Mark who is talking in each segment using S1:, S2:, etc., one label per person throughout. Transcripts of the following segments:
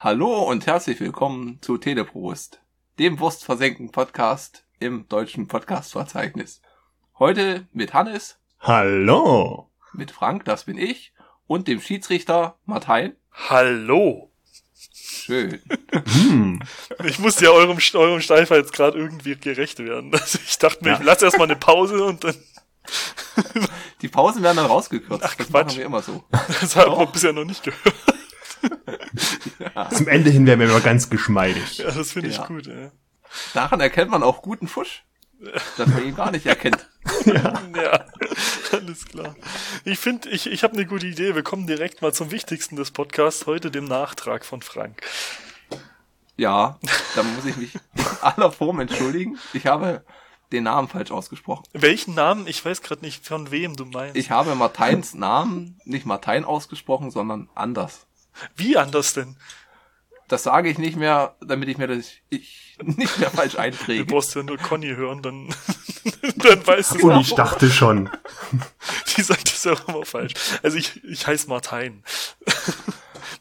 S1: Hallo und herzlich willkommen zu Teleprost, dem Wurstversenken Podcast im deutschen Podcastverzeichnis. Heute mit Hannes,
S2: Hallo.
S1: mit Frank, das bin ich, und dem Schiedsrichter Martein.
S3: Hallo.
S1: Schön.
S2: Hm.
S3: Ich muss ja eurem, eurem Steifer jetzt gerade irgendwie gerecht werden. Also ich dachte mir,
S2: Ja.
S3: ich lasse erstmal eine Pause und dann,
S1: Die Pausen werden dann rausgekürzt. das machen
S3: Quatsch.
S1: wir immer so.
S3: das haben wir bisher noch nicht gehört.
S2: Zum Ende hin wären wir aber ganz geschmeidig.
S3: Ja, das finde ich
S1: Ja.
S3: gut, ja.
S1: Daran erkennt man auch guten Fusch, dass man ihn gar nicht erkennt.
S3: Ja, alles klar. Ich finde, ich, ich habe eine gute Idee. Wir kommen direkt mal zum Wichtigsten des Podcasts heute, dem Nachtrag von Frank.
S1: Ja, da muss ich mich in aller Form entschuldigen. Ich habe den Namen falsch ausgesprochen.
S3: Welchen Namen? Ich weiß gerade nicht, von wem du meinst.
S1: Ich habe Marteins Namen nicht Martein ausgesprochen, sondern anders.
S3: Wie anders denn?
S1: Das sage ich nicht mehr, damit ich mir das ich nicht mehr falsch
S3: Du
S1: einpräge.
S3: brauchst ja nur Conny hören, dann, dann weißt du
S2: Und
S3: es
S2: ich
S3: auch.
S2: dachte schon.
S3: Die sagt das ja auch immer falsch. Also ich, ich heiße Martein.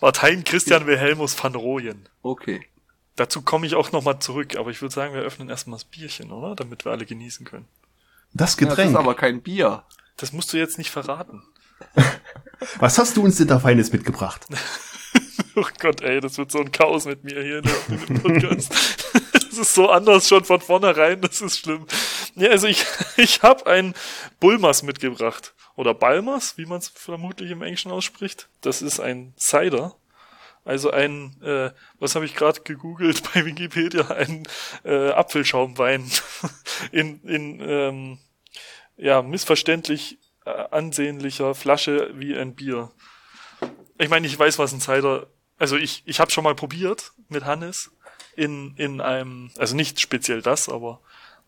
S3: Martein Christian Wilhelmus van Rooyen.
S1: Okay.
S3: Dazu komme ich auch nochmal zurück, aber ich würde sagen, wir öffnen erstmal das Bierchen, oder? Damit wir alle genießen können.
S2: Das
S1: Ja, das
S2: Getränk.
S1: ist aber kein Bier.
S3: Das musst du jetzt nicht verraten.
S2: Was hast du uns denn da Feines mitgebracht?
S3: Oh Gott, ey, das wird so ein Chaos mit mir hier in der- im Podcast. Das ist so anders schon von vornherein, das ist schlimm. Ja, also ich, ich habe einen Bulmas mitgebracht. Oder Balmas, wie man es vermutlich im Englischen ausspricht. Das ist ein Cider. Also ein, äh, was habe ich gerade gegoogelt bei Wikipedia? Ein äh, Apfelschaumwein. In, in ähm, ja, missverständlich äh, ansehnlicher Flasche wie ein Bier. Ich meine, ich weiß, was ein Cider. Also ich, ich habe schon mal probiert mit Hannes in, in einem, also nicht speziell das, aber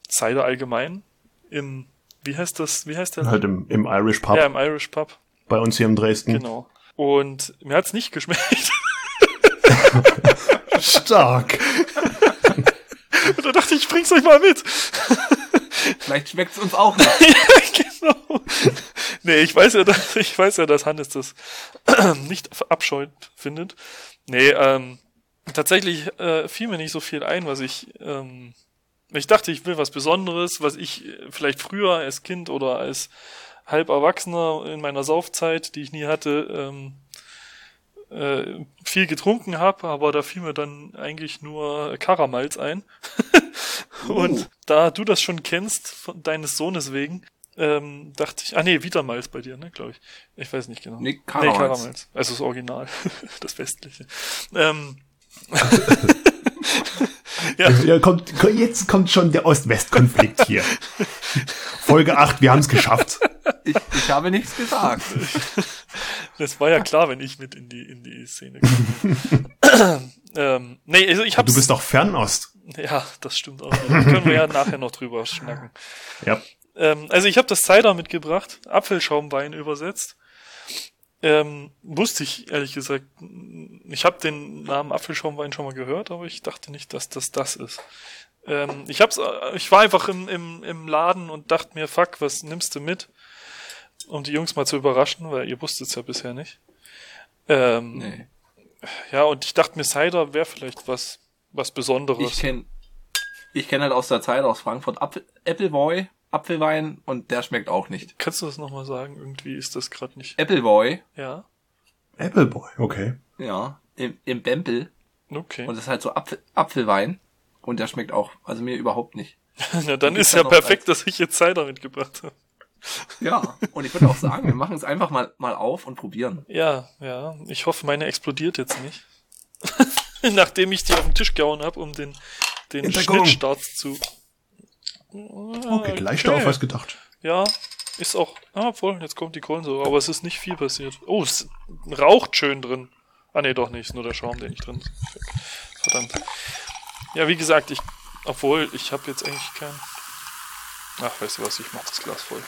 S3: Cider allgemein im, wie heißt das, wie heißt der?
S2: Halt im, im Irish Pub Hm.
S3: ja, im Irish Pub,
S2: bei uns hier in Dresden.
S3: genau. Und mir hat's nicht geschmeckt.
S2: Stark.
S3: da dachte ich, ich bring's euch mal mit.
S1: Vielleicht schmeckt's uns auch nicht.
S3: genau. Nee, ich weiß ja, dass, ich weiß ja, dass Hannes das nicht abscheut findet. Nee, ähm, tatsächlich äh, fiel mir nicht so viel ein, was ich, ähm, ich dachte, ich will was Besonderes, was ich äh, vielleicht früher als Kind oder als halb Erwachsener in meiner Saufzeit, die ich nie hatte, ähm, äh, viel getrunken habe, aber da fiel mir dann eigentlich nur Karamals ein. Und
S1: Uh.
S3: da du das schon kennst, von deines Sohnes wegen, ähm, dachte ich, ah nee, Vitamals bei dir, ne, glaube ich. Ich weiß nicht genau.
S1: Nee, Karamals.
S3: Also das Original, das Westliche. Ähm, ja,
S2: Ja, kommt, jetzt kommt schon der Ost-West-Konflikt hier. Folge 8, wir haben es geschafft.
S1: Ich, ich habe nichts gesagt.
S3: das war ja klar, wenn ich mit in die, in die Szene komme. ähm, nee, also ich hab's.
S2: Du bist doch Fernost.
S3: ja, das stimmt auch. Da können wir ja nachher noch drüber schnacken.
S2: Ja.
S3: Ähm, also ich habe das Cider mitgebracht, Apfelschaumwein übersetzt. Ähm, wusste ich ehrlich gesagt, ich habe den Namen Apfelschaumwein schon mal gehört, aber ich dachte nicht, dass das das ist. Ähm, ich hab's, äh, ich war einfach im, im, im Laden und dachte mir, fuck, was nimmst du mit? Um die Jungs mal zu überraschen, weil ihr wusstet's ja bisher nicht. Ähm,
S1: Nee.
S3: Ja, und ich dachte mir, Cider wäre vielleicht was, was Besonderes.
S1: Ich kenn, ich kenne halt aus der Zeit aus Frankfurt Apfel, Appleboy, Apfelwein und der schmeckt auch nicht.
S3: Kannst du das nochmal sagen? Irgendwie ist das gerade nicht.
S1: Appleboy,
S3: Ja.
S2: Appleboy, okay.
S1: ja, im, im Bempel
S3: Okay.
S1: und das ist halt so Apfel, Apfelwein und der schmeckt auch, also mir überhaupt nicht.
S3: Na, dann
S1: Gibt's
S3: ist
S1: da
S3: ja
S1: noch
S3: perfekt, dass ich jetzt Cider mitgebracht habe.
S1: Ja, und ich würde auch sagen, wir machen es einfach mal, mal auf und probieren.
S3: Ja, ja. Ich hoffe, meine explodiert jetzt nicht. Nachdem ich die auf den Tisch gehauen habe, um den, den
S2: Entdeckung.
S3: Schnittstart zu.
S2: Okay, leichter auf was gedacht.
S3: Ja, ist auch. Ah, voll, jetzt kommt die Kohlensäure, aber es ist nicht viel passiert. Oh, es raucht schön drin. Ah, nee, doch nicht, ist nur der Schaum, der nicht drin ist. Verdammt. Ja, wie gesagt, ich. Obwohl, ich habe jetzt eigentlich kein. Ach, weißt du was, ich mach das Glas voll.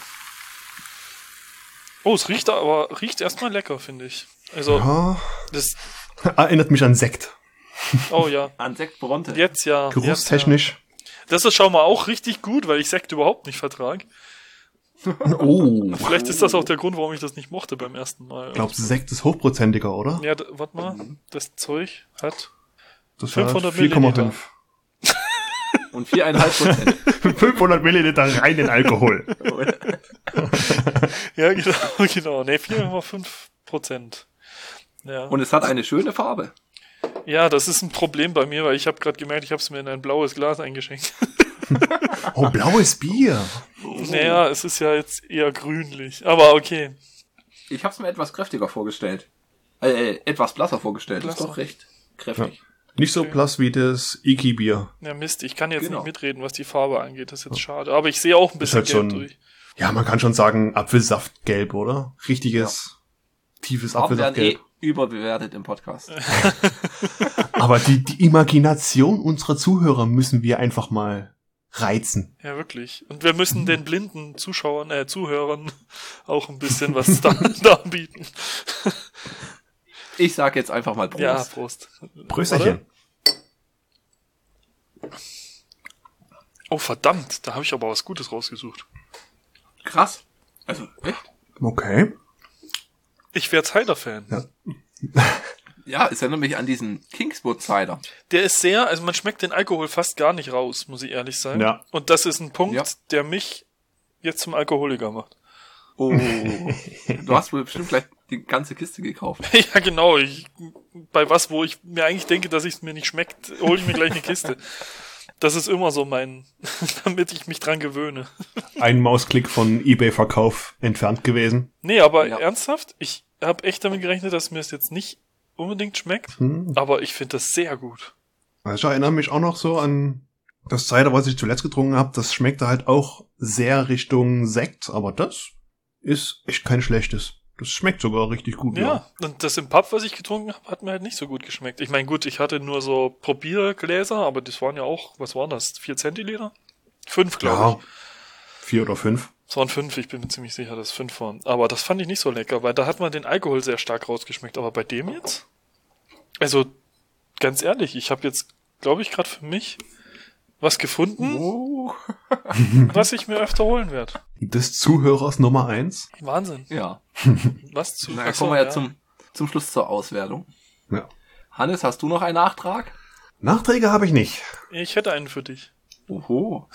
S3: Oh, es riecht aber. Riecht erstmal lecker, finde ich. Also,
S2: Ah,
S3: das.
S2: erinnert mich an Sekt.
S3: Oh ja.
S1: An Sekt Bronte.
S3: Jetzt ja. jetzt ja.
S2: Geruchstechnisch.
S3: Das ist schon mal auch richtig gut, weil ich Sekt überhaupt nicht vertrage.
S2: Oh.
S3: Vielleicht ist das auch der Grund, warum ich das nicht mochte beim ersten Mal.
S2: Glaubst du, Sekt ist hochprozentiger, oder?
S3: Ja, d- warte mal. Das Zeug hat
S2: Das
S3: 500
S2: hat 4,5.
S1: Und 4,5 Prozent.
S2: 500 Milliliter rein in Alkohol.
S3: Ja, genau, genau. Ne, 4,5 Prozent. Ja.
S1: Und es hat eine schöne Farbe.
S3: ja, das ist ein Problem bei mir, weil ich habe gerade gemerkt, ich habe es mir in ein blaues Glas eingeschenkt.
S2: Oh, blaues Bier.
S3: Naja, es ist ja jetzt eher grünlich. Aber okay.
S1: Ich habe es mir etwas kräftiger vorgestellt. Äh, äh, etwas blasser vorgestellt. Ist
S3: Blasser.
S1: doch recht kräftig.
S2: Nicht so blass wie das Iki-Bier.
S3: Ja, Mist, ich kann jetzt
S1: Genau.
S3: nicht mitreden, was die Farbe angeht. Das ist jetzt schade. Aber ich sehe auch ein bisschen
S2: halt so
S3: gelb
S2: ein-
S3: durch.
S2: Ja, man kann schon sagen, Apfelsaftgelb, oder? Richtiges, tiefes
S1: Farben werden
S2: Apfelsaftgelb.
S1: eh überbewertet im Podcast.
S2: Aber die, die Imagination unserer Zuhörer müssen wir einfach mal reizen.
S3: Ja, wirklich. Und wir müssen den blinden Zuschauern, äh, Zuhörern auch ein bisschen was da, darbieten.
S1: Ich sag jetzt einfach mal Prost.
S3: Ja, Prost.
S2: Prösterchen.
S3: Oh, verdammt, da habe ich aber was Gutes rausgesucht.
S1: Krass. Also, echt?
S2: Okay.
S3: Ich werde Cider-Fan.
S2: Ja.
S1: Ja, es erinnert mich an diesen Kingswood Cider.
S3: Der ist sehr, also man schmeckt den Alkohol fast gar nicht raus, muss ich ehrlich sein.
S2: Ja.
S3: Und das ist ein Punkt,
S1: Ja.
S3: der mich jetzt zum Alkoholiker macht.
S1: Oh. du hast wohl bestimmt gleich die ganze Kiste gekauft.
S3: ja, genau. Ich, bei was, wo ich mir eigentlich denke, dass es mir nicht schmeckt, hole ich mir gleich eine Kiste. Das ist immer so mein, damit ich mich dran gewöhne.
S2: Ein Mausklick von Ebay-Verkauf entfernt gewesen.
S3: Nee, aber
S1: Ja.
S3: ernsthaft, ich habe echt damit gerechnet, dass mir es jetzt nicht unbedingt schmeckt,
S2: Hm.
S3: aber ich finde das sehr gut.
S2: Also Ich erinnere mich auch noch so an das Cider, was ich zuletzt getrunken habe. Das schmeckte halt auch sehr Richtung Sekt, aber das ist echt kein schlechtes. Das schmeckt sogar richtig gut.
S3: Ja, und das im Pub, was ich getrunken habe, hat mir halt nicht so gut geschmeckt. Ich meine, gut, ich hatte nur so Probiergläser, aber das waren ja auch, was waren das? Vier Zentiliter? Fünf, glaube
S2: Ja,
S3: ich.
S2: vier oder fünf.
S3: Es waren fünf, ich bin mir ziemlich sicher, dass es fünf waren. Aber das fand ich nicht so lecker, weil da hat man den Alkohol sehr stark rausgeschmeckt. Aber bei dem jetzt? Also, ganz ehrlich, ich habe jetzt, glaube ich, gerade für mich was gefunden,
S1: Oh.
S3: was ich mir öfter holen werde.
S2: Des Zuhörers Nummer eins.
S3: Wahnsinn.
S1: Ja.
S3: Was zu.
S1: Na,
S3: Achso,
S1: kommen wir ja, Zum, zum Schluss zur Auswertung.
S2: Ja.
S1: Hannes, hast du noch einen Nachtrag?
S2: Nachträge habe ich nicht.
S3: Ich hätte einen für dich.
S1: Oho.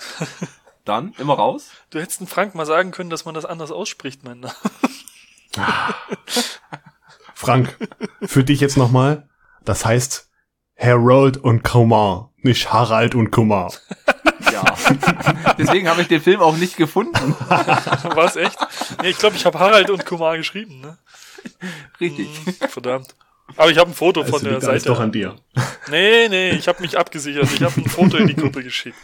S1: Dann immer raus.
S3: Du hättest den Frank mal sagen können, dass man das anders ausspricht, mein Name.
S2: Frank, für dich jetzt nochmal. Das heißt Harold und Kumar, nicht Harald und Kumar.
S1: Ja. Deswegen habe ich den Film auch nicht gefunden.
S3: War es echt? Nee, ich glaube, ich habe Harald und Kumar geschrieben, ne?
S1: Richtig.
S3: Hm, Verdammt. Aber ich habe ein Foto von der
S2: Also liegt alles
S3: Seite.
S2: doch an dir.
S3: Nee, nee, ich habe mich abgesichert. Ich habe ein Foto in die Gruppe geschickt.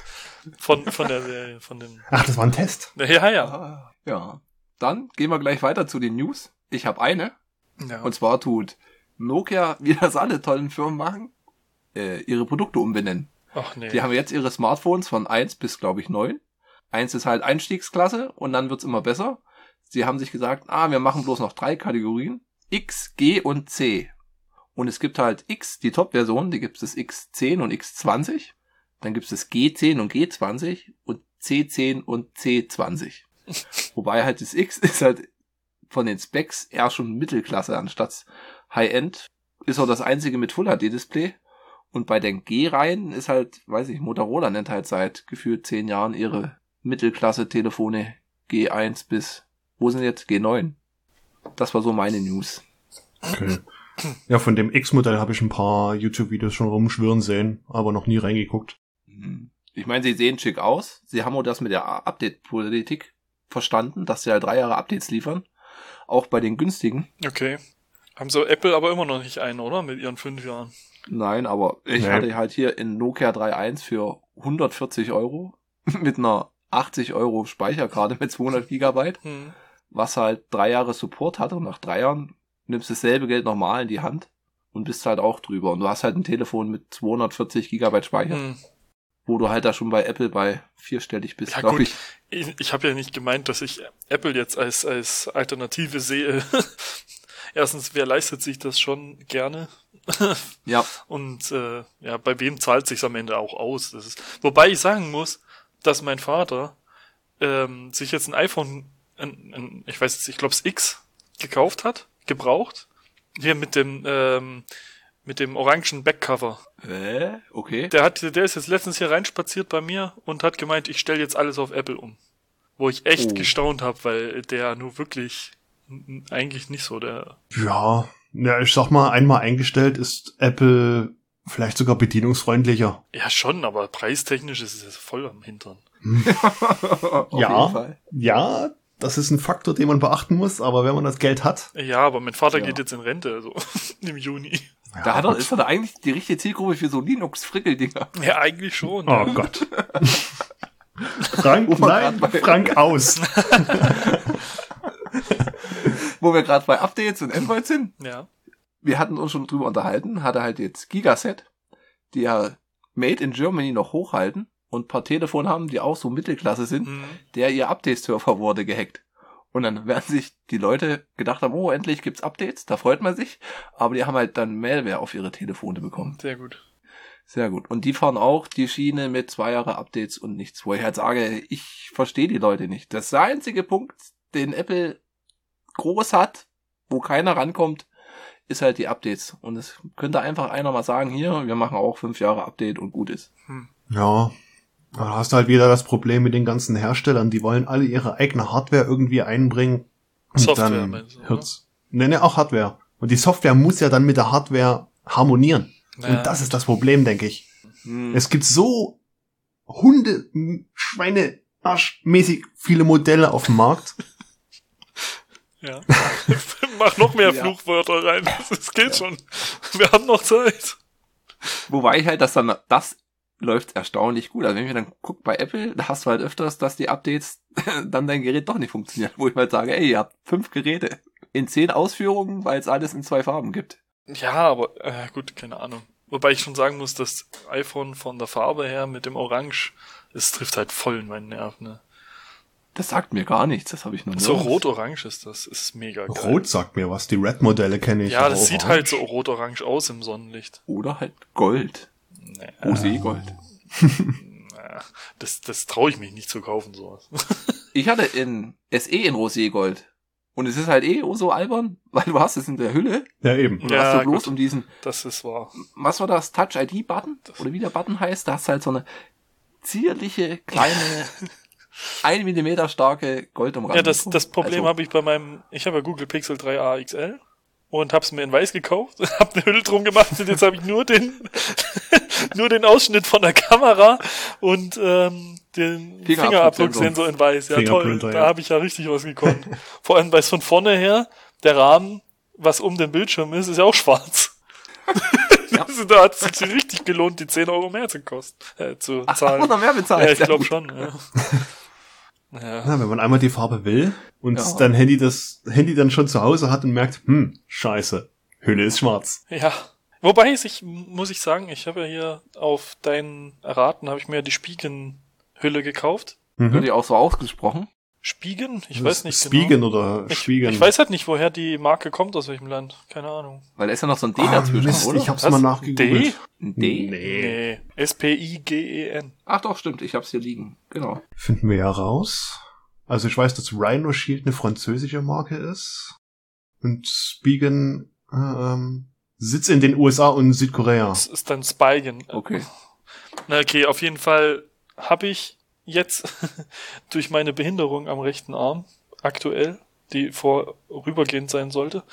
S3: Von, von der Serie, von dem.
S2: Ach, das war ein Test.
S3: Ja, ja.
S1: Ah, Ja. Dann gehen wir gleich weiter zu den News. Ich habe eine.
S3: ja.
S1: Und zwar tut Nokia, wie das alle tollen Firmen machen, äh, ihre Produkte umbenennen.
S3: Ach nee.
S1: Die haben jetzt ihre Smartphones von 1 bis, glaube ich, 9. Eins ist halt Einstiegsklasse und dann wird's immer besser. Sie haben sich gesagt, ah, wir machen bloß noch drei Kategorien. X, G und C. Und es gibt halt X, die Top-Version, die gibt's das X10 und X20. Dann gibt's das G10 und G20 und C10 und C20. Wobei halt das X ist halt von den Specs eher schon Mittelklasse anstatt High-End. Ist auch das einzige mit Full-HD-Display. Und bei den G-Reihen ist halt, weiß ich, Motorola nennt halt seit gefühlt zehn Jahren ihre Mittelklasse-Telefone G1 bis, wo sind jetzt G9? Das war so meine News.
S2: Okay. Ja, von dem X-Modell habe ich ein paar YouTube-Videos schon rumschwirren sehen, aber noch nie reingeguckt.
S1: Hm. Ich meine, sie sehen schick aus. Sie haben auch das mit der A- Update-Politik verstanden, dass sie halt drei Jahre Updates liefern. Auch bei den günstigen.
S3: Okay. Haben so Apple aber immer noch nicht einen, oder? Mit ihren fünf Jahren.
S1: Nein, aber ich
S2: Nee.
S1: hatte halt hier in Nokia 3.1 für 140 Euro mit einer 80 Euro Speicherkarte mit 200 Gigabyte.
S3: Hm.
S1: was halt drei Jahre Support hatte und nach drei Jahren nimmst du dasselbe Geld nochmal in die Hand und bist halt auch drüber. Und du hast halt ein Telefon mit 240 Gigabyte Speicher,
S3: Hm.
S1: wo du halt da schon bei Apple bei vierstellig bist,
S3: Ja,
S1: glaub
S3: gut.
S1: ich.
S3: Ich, ich habe ja nicht gemeint, dass ich Apple jetzt als, als Alternative sehe. Erstens, wer leistet sich das schon gerne?
S1: Ja,
S3: Und äh, ja, bei wem zahlt sich's am Ende auch aus? Das ist, wobei ich sagen muss, dass mein Vater ähm, sich jetzt ein iPhone, ein, ein, ich weiß jetzt, ich glaube es X gekauft hat, gebraucht, hier mit dem ähm, Mit dem orangen Backcover.
S1: Äh, okay.
S3: Der, hat, der ist jetzt letztens hier reinspaziert bei mir und hat gemeint, ich stelle jetzt alles auf Apple um. Wo ich echt
S1: Oh.
S3: gestaunt habe, weil der nur wirklich n- n- eigentlich nicht so der.
S2: Ja, ja, ich sag mal, einmal eingestellt ist Apple vielleicht sogar bedienungsfreundlicher.
S3: Ja, schon, aber preistechnisch ist es jetzt voll am Hintern.
S1: Auf
S2: Ja.
S1: jeden Fall.
S2: Ja, das ist ein Faktor, den man beachten muss, aber wenn man das Geld hat.
S3: Ja, aber mein Vater
S1: Ja.
S3: geht jetzt in Rente, also im Juni.
S1: Da hat er,
S2: gut.
S1: ist er da eigentlich die richtige Zielgruppe für so Linux-Frickeldinger.
S3: Ja, eigentlich schon.
S2: Oh Gott. Frank,
S1: Wo wir
S2: nein,
S1: grad bei-
S2: Frank aus.
S1: Wo wir gerade bei Updates und Android sind.
S3: Ja.
S1: Wir hatten uns schon drüber unterhalten, hatte halt jetzt Gigaset, die ja Made in Germany noch hochhalten und ein paar Telefone haben, die auch so Mittelklasse sind.
S3: Mhm.
S1: der ihr Update-Server wurde gehackt. Und dann werden sich die Leute gedacht haben, oh, endlich gibt's Updates, da freut man sich. Aber die haben halt dann Malware auf ihre Telefone bekommen.
S3: Sehr gut.
S1: Sehr gut. Und die fahren auch die Schiene mit zwei Jahre Updates und nichts. Wo ich halt sage, ich verstehe die Leute nicht. Das ist der einzige Punkt, den Apple groß hat, wo keiner rankommt, ist halt die Updates. Und es könnte einfach einer mal sagen, hier, wir machen auch fünf Jahre Update und gut ist.
S2: Ja. Aber Da hast du halt wieder das Problem mit den ganzen Herstellern. Die wollen alle ihre eigene Hardware irgendwie einbringen. Und
S3: Software,
S2: dann
S3: meinst du, oder?
S2: hört's. Nee, nee, auch Hardware. Und die Software muss ja dann mit der Hardware harmonieren. Und das ist das Problem, denke ich.
S1: Hm.
S2: Es gibt so Hunde, Schweine, Arschmäßig viele Modelle auf dem Markt.
S3: Ja. Mach noch mehr
S1: Ja.
S3: Fluchwörter rein. Das, das geht schon. Wir haben noch Zeit.
S1: Wobei ich halt, dass dann, das läuft erstaunlich gut. Also wenn ich mir dann gucke bei Apple, da hast du halt öfters, dass die Updates dann dein Gerät doch nicht funktionieren. Wo ich mal sage, ey, ihr habt fünf Geräte in zehn Ausführungen, weil es alles in zwei Farben gibt.
S3: Ja, aber äh, gut, keine Ahnung. Wobei ich schon sagen muss, das iPhone von der Farbe her mit dem Orange, es trifft halt voll in meinen Nerv. Ne?
S1: Das sagt mir gar nichts, das habe ich noch nie.
S3: So rot-orange ist das, ist mega geil.
S2: Rot sagt mir was, die Red-Modelle kenne ich.
S3: Ja,
S2: aber
S3: das sieht
S2: orange.
S3: halt so rot-orange aus im Sonnenlicht.
S1: Oder halt Gold.
S3: Nee,
S1: OC-Gold.
S3: na, das das traue ich mich nicht zu kaufen, sowas.
S1: Ich hatte in SE in Rosé-Gold. Und es ist halt eh so albern, weil du hast es in der Hülle
S2: Ja, eben.
S1: und
S3: Ja,
S1: hast du bloß
S3: gut.
S1: um diesen
S3: Das ist wahr.
S1: was war das? Touch ID Button? Oder wie der Button heißt? Da hast du halt so eine zierliche, kleine, ein Millimeter starke Goldumrandung.
S3: Ja, das, das Problem
S1: Also,
S3: habe ich bei meinem, ich habe ja Google Pixel 3a XL und hab's mir in weiß gekauft, hab eine Hülle drum gemacht und jetzt habe ich nur den nur den Ausschnitt von der Kamera und ähm,
S1: Fingerabdrucksensor.
S3: den Fingerabdrucksensor in weiß. Ja toll,
S2: Fingerprinter,
S3: da
S2: ja.
S3: habe ich ja richtig was gekonnt. Vor allem, weil es von vorne her, der Rahmen, was um den Bildschirm ist, ist ja auch schwarz.
S1: Ja.
S3: Also da hat es sich richtig gelohnt, die 10 Euro mehr zu kosten, äh, zu
S1: Ach,
S3: zahlen.
S1: oder mehr bezahlt.
S3: ja, ich
S1: Ja,
S3: glaube
S1: gut.
S3: schon. Ja. ja.
S2: Ja, wenn man einmal die Farbe will und
S1: Ja.
S2: dann Handy das Handy dann schon zu Hause hat und merkt, hm, scheiße, Hülle ist schwarz.
S3: Ja. Wobei ich, muss ich sagen, ich habe ja hier auf dein Erraten, habe ich mir die Spigen-Hülle gekauft.
S2: Mhm.
S1: Wird ja auch so ausgesprochen.
S3: Spigen? Ich weiß nicht genau.
S2: Spiegen oder
S3: Ich,
S2: Schwiegen.
S3: ich weiß halt nicht, woher die Marke kommt, aus welchem Land. Keine Ahnung.
S1: Weil da ist ja noch so ein D
S2: ah,
S1: dazwischen,
S2: Mist,
S1: oder?
S2: ich hab's
S3: Was?
S2: mal nachgegoogelt.
S3: D?
S1: ein D?
S2: Nee.
S3: Nee. S-P-I-G-E-N.
S1: Ach doch, stimmt, ich hab's hier liegen. Genau.
S2: Finden wir ja raus. Also ich weiß, dass Rhino Shield eine französische Marke ist. Und Spigen äh, ähm, sitzt in den USA und Südkorea.
S3: Das ist dann Spigen.
S2: Oh.
S1: Okay.
S3: Na okay, auf jeden Fall habe ich jetzt durch meine Behinderung am rechten Arm aktuell, die vorübergehend sein sollte,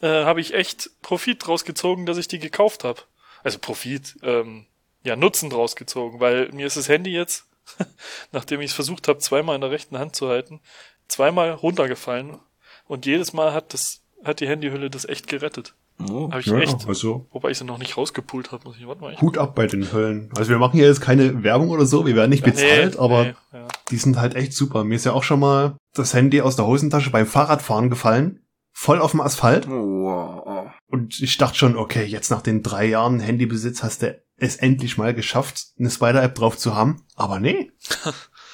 S3: äh, habe ich echt Profit draus gezogen, dass ich die gekauft habe. Also Profit, ähm, ja, Nutzen draus gezogen, weil mir ist das Handy jetzt, nachdem ich es versucht habe, zweimal in der rechten Hand zu halten, zweimal runtergefallen und jedes Mal hat das hat die Handyhülle das echt gerettet.
S1: Oh.
S3: Habe ich
S2: Ja,
S3: echt,
S2: also
S3: wobei ich sie noch nicht rausgepult habe, muss ich warte mal. Ich,
S2: Hut ab bei den Höllen. Also wir machen hier jetzt keine Werbung oder so, wir werden nicht bezahlt,
S3: Nee,
S2: aber
S3: nee, ja.
S2: die sind halt echt super. Mir ist ja auch schon mal das Handy aus der Hosentasche beim Fahrradfahren gefallen. Voll auf dem Asphalt.
S1: Oh, oh.
S2: Und ich dachte schon, okay, jetzt nach den drei Jahren Handybesitz hast du es endlich mal geschafft, eine Spider-App drauf zu haben. Aber nee.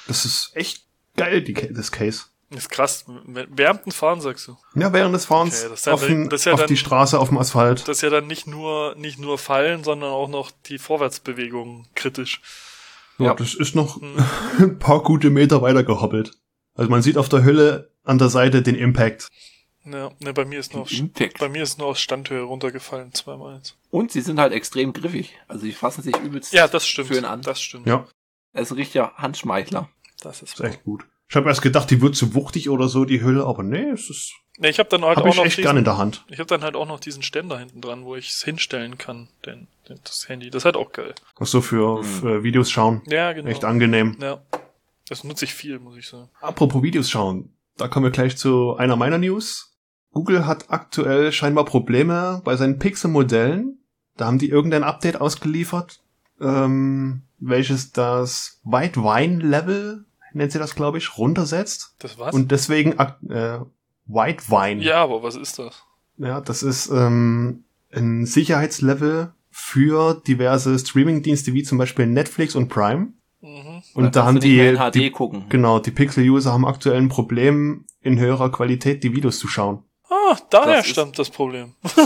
S2: Das ist echt geil, die, Ca- das Case.
S3: Ist krass. Wärmten Fahren, sagst du.
S2: Ja, während des Fahrens
S3: Okay, das ist ja
S2: auf, den,
S3: das ist ja
S2: auf
S3: dann-
S2: die Straße, auf dem Asphalt.
S3: Das ist ja dann nicht nur, nicht nur Fallen, sondern auch noch die Vorwärtsbewegung kritisch.
S2: Ja,
S1: Ja.
S2: das ist noch
S3: Hm.
S2: ein paar gute Meter weiter gehoppelt. Also man sieht auf der Hülle an der Seite den Impact.
S3: Ja, ne, bei mir ist nur aus,
S1: Impact.
S3: bei mir ist nur aus Standhöhe runtergefallen, zweimal eins.
S1: Und sie sind halt extrem griffig. Also die fassen sich übelst.
S3: Ja, das stimmt.
S1: Für ihn an.
S3: Das stimmt.
S2: Ja,
S1: Es ist ein richtiger Handschmeichler.
S3: Das ist
S2: ist echt gut. Ich habe erst gedacht, die wird zu wuchtig oder so, die Hülle, aber nee, es ist.
S3: Ne, ich habe dann halt
S2: Habe
S3: auch
S2: ich
S3: noch
S2: echt gerne
S3: diesen,
S2: in der Hand.
S3: ich habe dann halt auch noch diesen Ständer hinten dran, wo ich es hinstellen kann, denn denn das Handy, das ist halt auch geil.
S2: Was so für,
S1: Hm.
S2: für Videos schauen.
S3: Ja, genau.
S2: Echt angenehm.
S3: ja. Das nutze ich viel, muss ich sagen.
S2: Apropos Videos schauen, da kommen wir gleich zu einer meiner News. Google hat aktuell scheinbar Probleme bei seinen Pixel-Modellen. Da haben die irgendein Update ausgeliefert, ähm, welches das White Wine Level, nennt sie das, glaube ich, runtersetzt.
S3: Das was?
S2: Und deswegen ak- äh, White Wine.
S3: ja, aber was ist das?
S2: ja, das ist ähm, ein Sicherheitslevel für diverse Streaming-Dienste wie zum Beispiel Netflix und Prime.
S3: Mhm.
S2: Und da,
S1: kannst
S2: haben
S1: du nicht mehr
S2: die,
S1: in HD
S2: die
S1: gucken.
S2: Genau, die Pixel-User haben aktuell ein Problem, in höherer Qualität die Videos zu schauen. Also,
S3: Ah,
S1: Das ist-
S3: daher
S1: Also,
S3: stammt das Problem.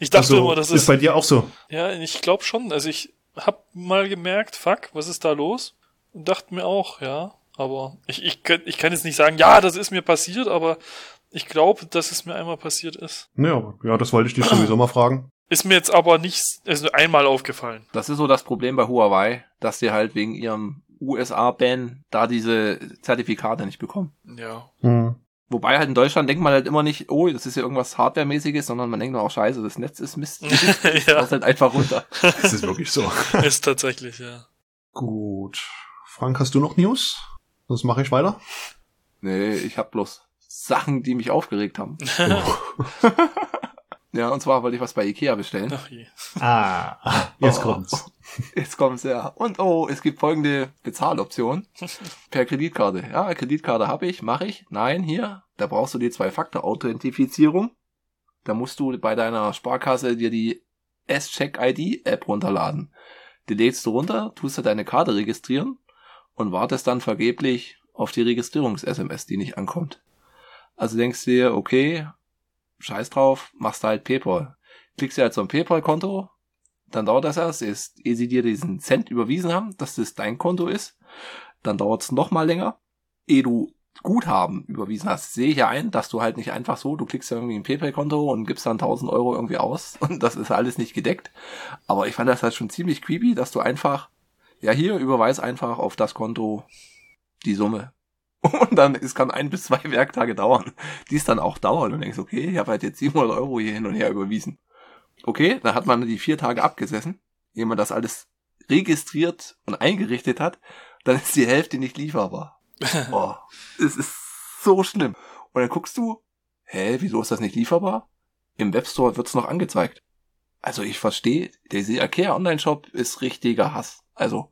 S3: ich dachte immer, das ist,
S2: ist bei dir auch so.
S3: ja, ich glaube schon. Also ich hab mal gemerkt, fuck, was ist da los? Und dachte mir auch, ja, aber ich, ich, könnt- ich kann jetzt nicht sagen, ja, das ist mir passiert, aber ich glaube, dass es mir einmal passiert ist.
S2: Ja, ja, das wollte ich dich sowieso mal fragen.
S3: Ist mir jetzt aber nicht, also einmal aufgefallen.
S1: Das ist so das Problem bei Huawei, dass sie halt wegen ihrem USA-Ban da diese Zertifikate nicht bekommen.
S3: Ja.
S2: Hm.
S1: Wobei halt in Deutschland denkt man halt immer nicht, oh, das ist ja irgendwas Hardware-mäßiges, sondern man denkt auch, scheiße, das Netz ist Mist. Das
S3: ja,
S1: ist halt einfach runter.
S2: Das ist wirklich so.
S3: ist tatsächlich, ja.
S2: Gut. Frank, hast du noch News? Sonst mache ich weiter.
S1: Nee, ich hab bloß Sachen, die mich aufgeregt haben. Oh. Ja, und zwar wollte ich was bei Ikea bestellen.
S3: Ach je.
S2: ah, jetzt
S1: Oh.
S2: kommt's.
S1: Jetzt kommt's ja. Und oh, es gibt folgende Bezahloption. Per Kreditkarte. Ja, Kreditkarte habe ich, mache ich. Nein, hier, da brauchst du die Zwei-Faktor-Authentifizierung. Da musst du bei deiner Sparkasse dir die S-Check-ID-App runterladen. Die lädst du runter, tust da deine Karte registrieren und wartest dann vergeblich auf die Registrierungs-SMS, die nicht ankommt. Also denkst du dir, okay, scheiß drauf, machst halt PayPal. Klickst dir halt zum PayPal-Konto, dann dauert das erst, ist, ehe sie dir diesen Cent überwiesen haben, dass das dein Konto ist. Dann dauert's noch mal länger, ehe du Guthaben überwiesen hast. Sehe ich ja ein, dass du halt nicht einfach so, du klickst ja irgendwie ein PayPal-Konto und gibst dann 1000 Euro irgendwie aus und das ist alles nicht gedeckt. Aber ich fand das halt schon ziemlich creepy, dass du einfach, ja hier, überweis einfach auf das Konto die Summe. Und dann, es kann ein bis zwei Werktage dauern, die es dann auch dauern und denkst, okay, ich habe halt jetzt 700 Euro hier hin und her überwiesen. Okay, dann hat man die vier Tage abgesessen, ehe man das alles registriert und eingerichtet hat, dann ist die Hälfte nicht lieferbar.
S3: Äh.
S1: Oh, es ist so schlimm. Und dann guckst du, hä, wieso ist das nicht lieferbar? Im Webstore wird's noch angezeigt. Also ich verstehe, der Ikea Online-Shop ist richtiger Hass. Also,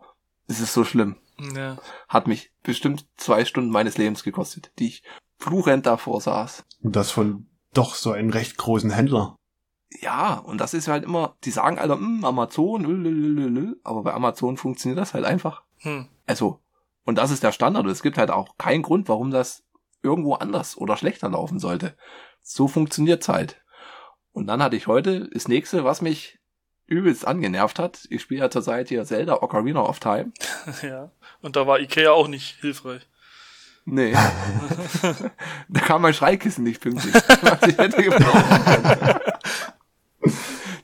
S1: es ist so schlimm.
S3: Ja.
S1: Hat mich bestimmt zwei Stunden meines Lebens gekostet, die ich fluchend davor saß.
S2: Und das von doch so einem recht großen Händler.
S1: Ja, und das ist halt immer, die sagen alle, "Mm, Amazon, lü, lü, lü, lü, lü." aber bei Amazon funktioniert das halt einfach.
S3: Hm.
S1: Also, und das ist der Standard. Und es gibt halt auch keinen Grund, warum das irgendwo anders oder schlechter laufen sollte. So funktioniert's halt. Und dann hatte ich heute das nächste, was mich übelst angenervt hat. Ich spiele ja zurzeit hier Zelda Ocarina of Time.
S3: Ja. Und da war Ikea auch nicht hilfreich.
S1: Nee. da kam mein Schreikissen nicht pünktlich. Was ich hätte gebrauchen können.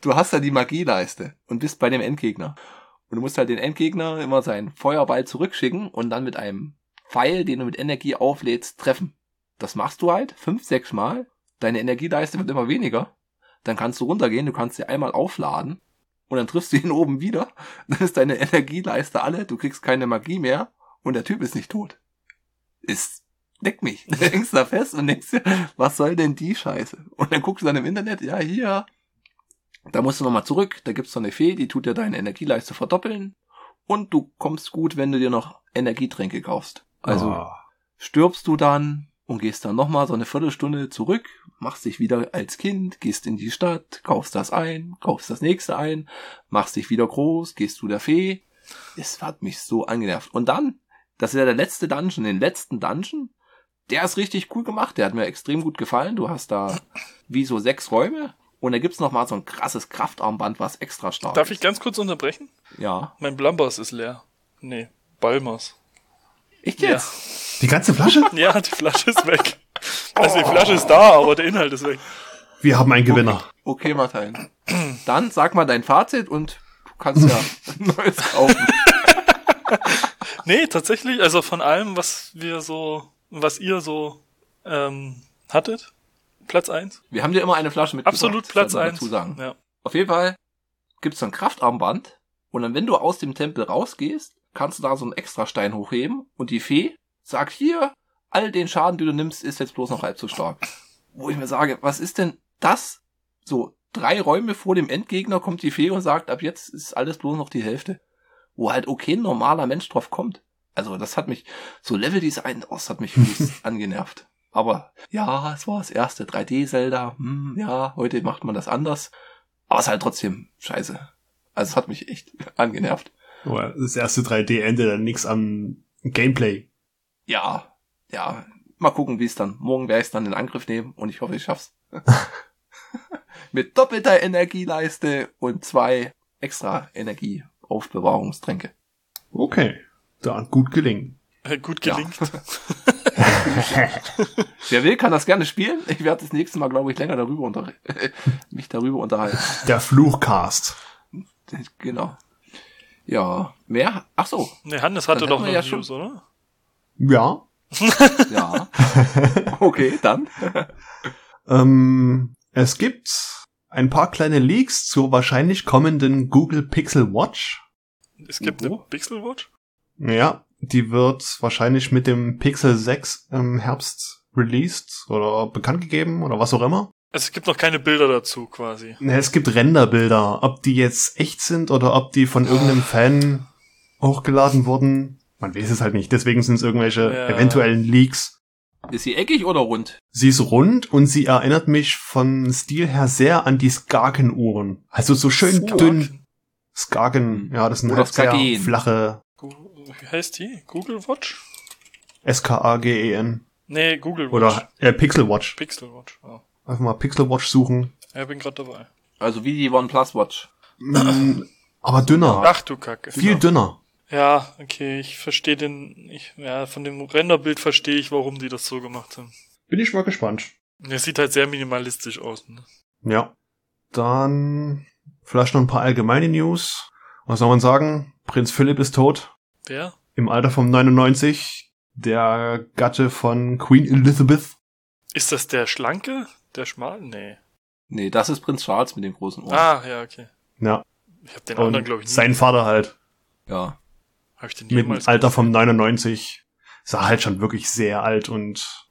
S1: Du hast ja die Magieleiste und bist bei dem Endgegner. Und du musst halt den Endgegner immer seinen Feuerball zurückschicken und dann mit einem Pfeil, den du mit Energie auflädst, treffen. Das machst du halt fünf, sechs Mal. Deine Energieleiste wird immer weniger. Dann kannst du runtergehen, du kannst sie einmal aufladen und dann triffst du ihn oben wieder. Dann ist deine Energieleiste alle, du kriegst keine Magie mehr und der Typ ist nicht tot ist, leck mich. Du hängst da fest und denkst dir, was soll denn die Scheiße? Und dann guckst du dann im Internet, ja, hier, da musst du nochmal zurück, da gibt's so eine Fee, die tut dir deine Energieleiste verdoppeln und du kommst gut, wenn du dir noch Energietränke kaufst. Also
S2: Ah.
S1: stirbst du dann und gehst dann nochmal so eine Viertelstunde zurück, machst dich wieder als Kind, gehst in die Stadt, kaufst das ein, kaufst das nächste ein, machst dich wieder groß, gehst zu der Fee. Es hat mich so angenervt. Und dann, das ist ja der letzte Dungeon, den letzten Dungeon, der ist richtig cool gemacht, der hat mir extrem gut gefallen. Du hast da wie so sechs Räume und da gibt's nochmal so ein krasses Kraftarmband, was extra stark
S3: Darf
S1: ist.
S3: ich ganz kurz unterbrechen?
S1: Ja.
S3: Mein Blambers ist leer. Nee, Balmers.
S1: Echt
S3: Ja.
S1: jetzt?
S2: Die ganze Flasche?
S3: Ja, die Flasche ist weg.
S1: Oh.
S3: Also die Flasche ist da, aber der Inhalt ist weg.
S2: Wir haben einen Gewinner.
S1: Okay, Martin. Dann sag mal dein Fazit und du kannst ja ein neues kaufen.
S3: Nee, tatsächlich, also von allem, was wir so, was ihr so ähm, hattet, Platz eins.
S1: Wir haben dir immer eine Flasche mitgebracht.
S3: Absolut
S1: das
S3: Platz
S1: sollten wir
S3: eins.
S1: dazu sagen.
S3: Ja.
S1: Auf jeden Fall gibt's so ein Kraftarmband und dann, wenn du aus dem Tempel rausgehst, kannst du da so einen Extrastein hochheben und die Fee sagt hier, all den Schaden, den du nimmst, ist jetzt bloß noch halb so stark. Wo ich mir sage, was ist denn das? So, drei Räume vor dem Endgegner kommt die Fee und sagt, ab jetzt ist alles bloß noch die Hälfte. Wo halt okay ein normaler Mensch drauf kommt. Also das hat mich, so Level Design, oh, das hat mich höchst angenervt. Aber ja, es war das erste 3D-Zelda. Hm, ja, heute macht man das anders. Aber es ist halt trotzdem scheiße. Also es hat mich echt angenervt.
S2: Aber Oh, Das erste 3D ändert dann nichts am Gameplay.
S1: Ja, ja. Mal gucken, wie es dann. Morgen werde ich es dann in Angriff nehmen und ich hoffe, ich schaff's. Mit doppelter Energieleiste und zwei extra Energieaufbewahrungstränke.
S2: Okay. Da gut gelingen.
S3: Äh, Gut
S1: Ja.
S3: gelingt.
S1: Wer will, kann das gerne spielen. Ich werde das nächste Mal, glaube ich, länger darüber unter mich darüber unterhalten.
S2: Der Fluchcast.
S1: Genau. Ja, mehr. Ach so,
S3: Nee, Hannes hatte
S1: Dann
S3: doch
S1: hätten
S3: noch
S1: wir ja
S3: News, oder?
S2: Ja.
S1: ja. Okay, dann.
S2: Ähm, es gibt ein paar kleine Leaks zur wahrscheinlich kommenden Google Pixel Watch.
S3: Es gibt eine Pixel Watch?
S2: Ja, die wird wahrscheinlich mit dem Pixel 6 im Herbst released oder bekannt gegeben oder was auch immer.
S3: Also es gibt noch keine Bilder dazu quasi.
S2: Ne, Es gibt Renderbilder, ob die jetzt echt sind oder ob die von irgendeinem Fan hochgeladen wurden. Man weiß es halt nicht, deswegen sind es irgendwelche
S3: Ja.
S2: eventuellen Leaks.
S1: Ist sie eckig oder rund?
S2: Sie ist rund und sie erinnert mich vom Stil her sehr an die Skagen-Uhren. Also so schön
S3: Fuck.
S2: dünn. Skagen,
S1: Hm.
S2: ja, das sind
S1: Oder
S2: halt sehr
S1: Skagen.
S2: flache
S3: Gu- Wie heißt die? Google Watch?
S2: S-K-A-G-E-N.
S3: Nee, Google Watch.
S2: E Oder äh, Pixel Watch.
S3: Pixel Watch. Oh.
S2: Einfach mal Pixel Watch suchen.
S3: Ja, bin gerade dabei.
S1: Also wie die OnePlus Watch.
S2: Mm, Aber
S1: Ah.
S2: dünner.
S3: Ach du Kacke.
S2: Viel dünner.
S3: Ja, okay, ich verstehe den, ich, ja, von dem Renderbild verstehe ich, warum die das so gemacht haben.
S2: Bin ich mal gespannt.
S3: Es sieht halt sehr minimalistisch aus. Ne?
S2: Ja. Dann vielleicht noch ein paar allgemeine News. Was soll man sagen? Prinz Philipp ist tot.
S3: Wer?
S2: Im Alter von 99. Der Gatte von Queen Elizabeth.
S3: Ist das der Schlanke? Der Schmal? Nee.
S1: Nee, das ist Prinz Charles mit den großen Ohren.
S3: Ah, ja, okay.
S2: Ja.
S3: Ich habe den anderen,
S2: Und
S3: glaube ich, nie.
S2: sein Vater halt.
S1: Ja.
S3: hab ich den
S2: Mit einem
S3: jemals
S2: Alter von 99. Sah halt schon wirklich sehr alt und